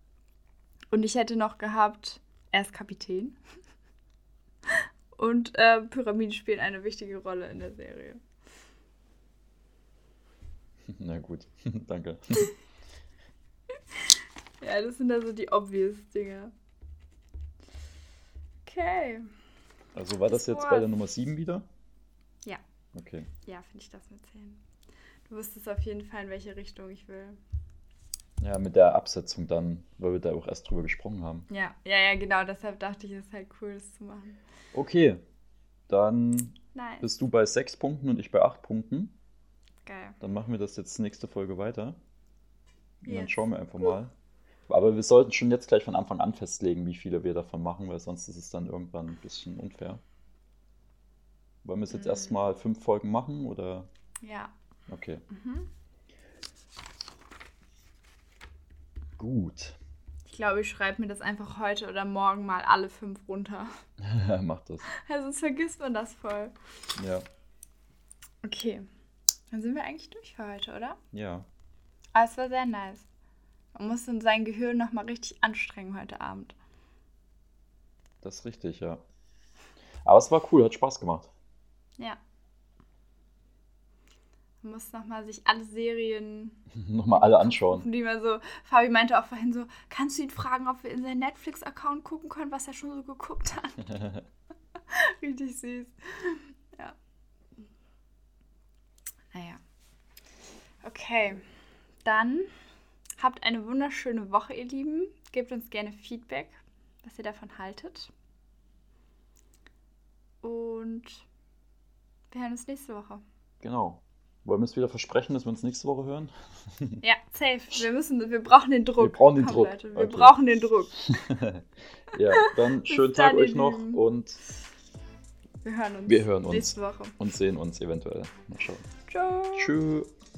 Speaker 1: Und ich hätte noch gehabt, er ist Kapitän. Und äh, Pyramiden spielen eine wichtige Rolle in der Serie.
Speaker 2: Na gut, danke.
Speaker 1: Ja, das sind also die obvious Dinge. Okay.
Speaker 2: Also war das jetzt bei der Nummer 7 wieder?
Speaker 1: Ja.
Speaker 2: Okay.
Speaker 1: Ja, finde ich das mit 10. Du wusstest auf jeden Fall, in welche Richtung ich will.
Speaker 2: Ja, mit der Absetzung dann, weil wir da auch erst drüber gesprochen haben.
Speaker 1: Ja, ja, ja, genau. Deshalb dachte ich, es ist halt cool, das zu machen.
Speaker 2: Okay, dann
Speaker 1: Nein. Nice.
Speaker 2: bist du bei 6 Punkten und ich bei 8 Punkten.
Speaker 1: Geil.
Speaker 2: Dann machen wir das jetzt nächste Folge weiter. Und dann
Speaker 1: Yes.
Speaker 2: schauen wir einfach mal. Aber wir sollten schon jetzt gleich von Anfang an festlegen, wie viele wir davon machen, weil sonst ist es dann irgendwann ein bisschen unfair. Wollen wir es jetzt
Speaker 1: Mhm.
Speaker 2: erstmal fünf Folgen machen oder?
Speaker 1: Ja.
Speaker 2: Okay.
Speaker 1: Mhm.
Speaker 2: Gut.
Speaker 1: Ich glaube, ich schreibe mir das einfach heute oder morgen mal alle fünf runter.
Speaker 2: Mach das.
Speaker 1: Also sonst vergisst man das voll.
Speaker 2: Ja.
Speaker 1: Okay. Dann sind wir eigentlich durch für heute, oder?
Speaker 2: Ja.
Speaker 1: Aber es war sehr nice. Man muss dann sein Gehirn nochmal richtig anstrengen heute Abend.
Speaker 2: Das ist richtig, ja. Aber es war cool, hat Spaß gemacht.
Speaker 1: Ja. Man muss nochmal sich alle Serien,
Speaker 2: Nochmal alle anschauen.
Speaker 1: die man so, Fabi meinte auch vorhin so, kannst du ihn fragen, ob wir in seinen Netflix-Account gucken können, was er schon so geguckt hat? Richtig süß. Ja. Naja. Okay. Dann habt eine wunderschöne Woche, ihr Lieben. Gebt uns gerne Feedback, was ihr davon haltet. Und wir hören uns nächste Woche.
Speaker 2: Genau. Wollen wir es wieder versprechen, dass wir uns nächste Woche hören?
Speaker 1: Ja, safe. Wir müssen, wir brauchen den Druck.
Speaker 2: Hm. Wir brauchen den
Speaker 1: Komm,
Speaker 2: Druck, Also
Speaker 1: Leute, wir
Speaker 2: Leute.
Speaker 1: brauchen den Druck.
Speaker 2: Ja, dann schönen
Speaker 1: Bis
Speaker 2: Tag
Speaker 1: dann,
Speaker 2: euch
Speaker 1: ihr
Speaker 2: noch
Speaker 1: Lieben.
Speaker 2: und,
Speaker 1: Wir hören uns.
Speaker 2: Wir hören uns.
Speaker 1: Nächste Woche.
Speaker 2: und sehen uns eventuell. Mal schauen.
Speaker 1: Ciao.
Speaker 2: Tschüss.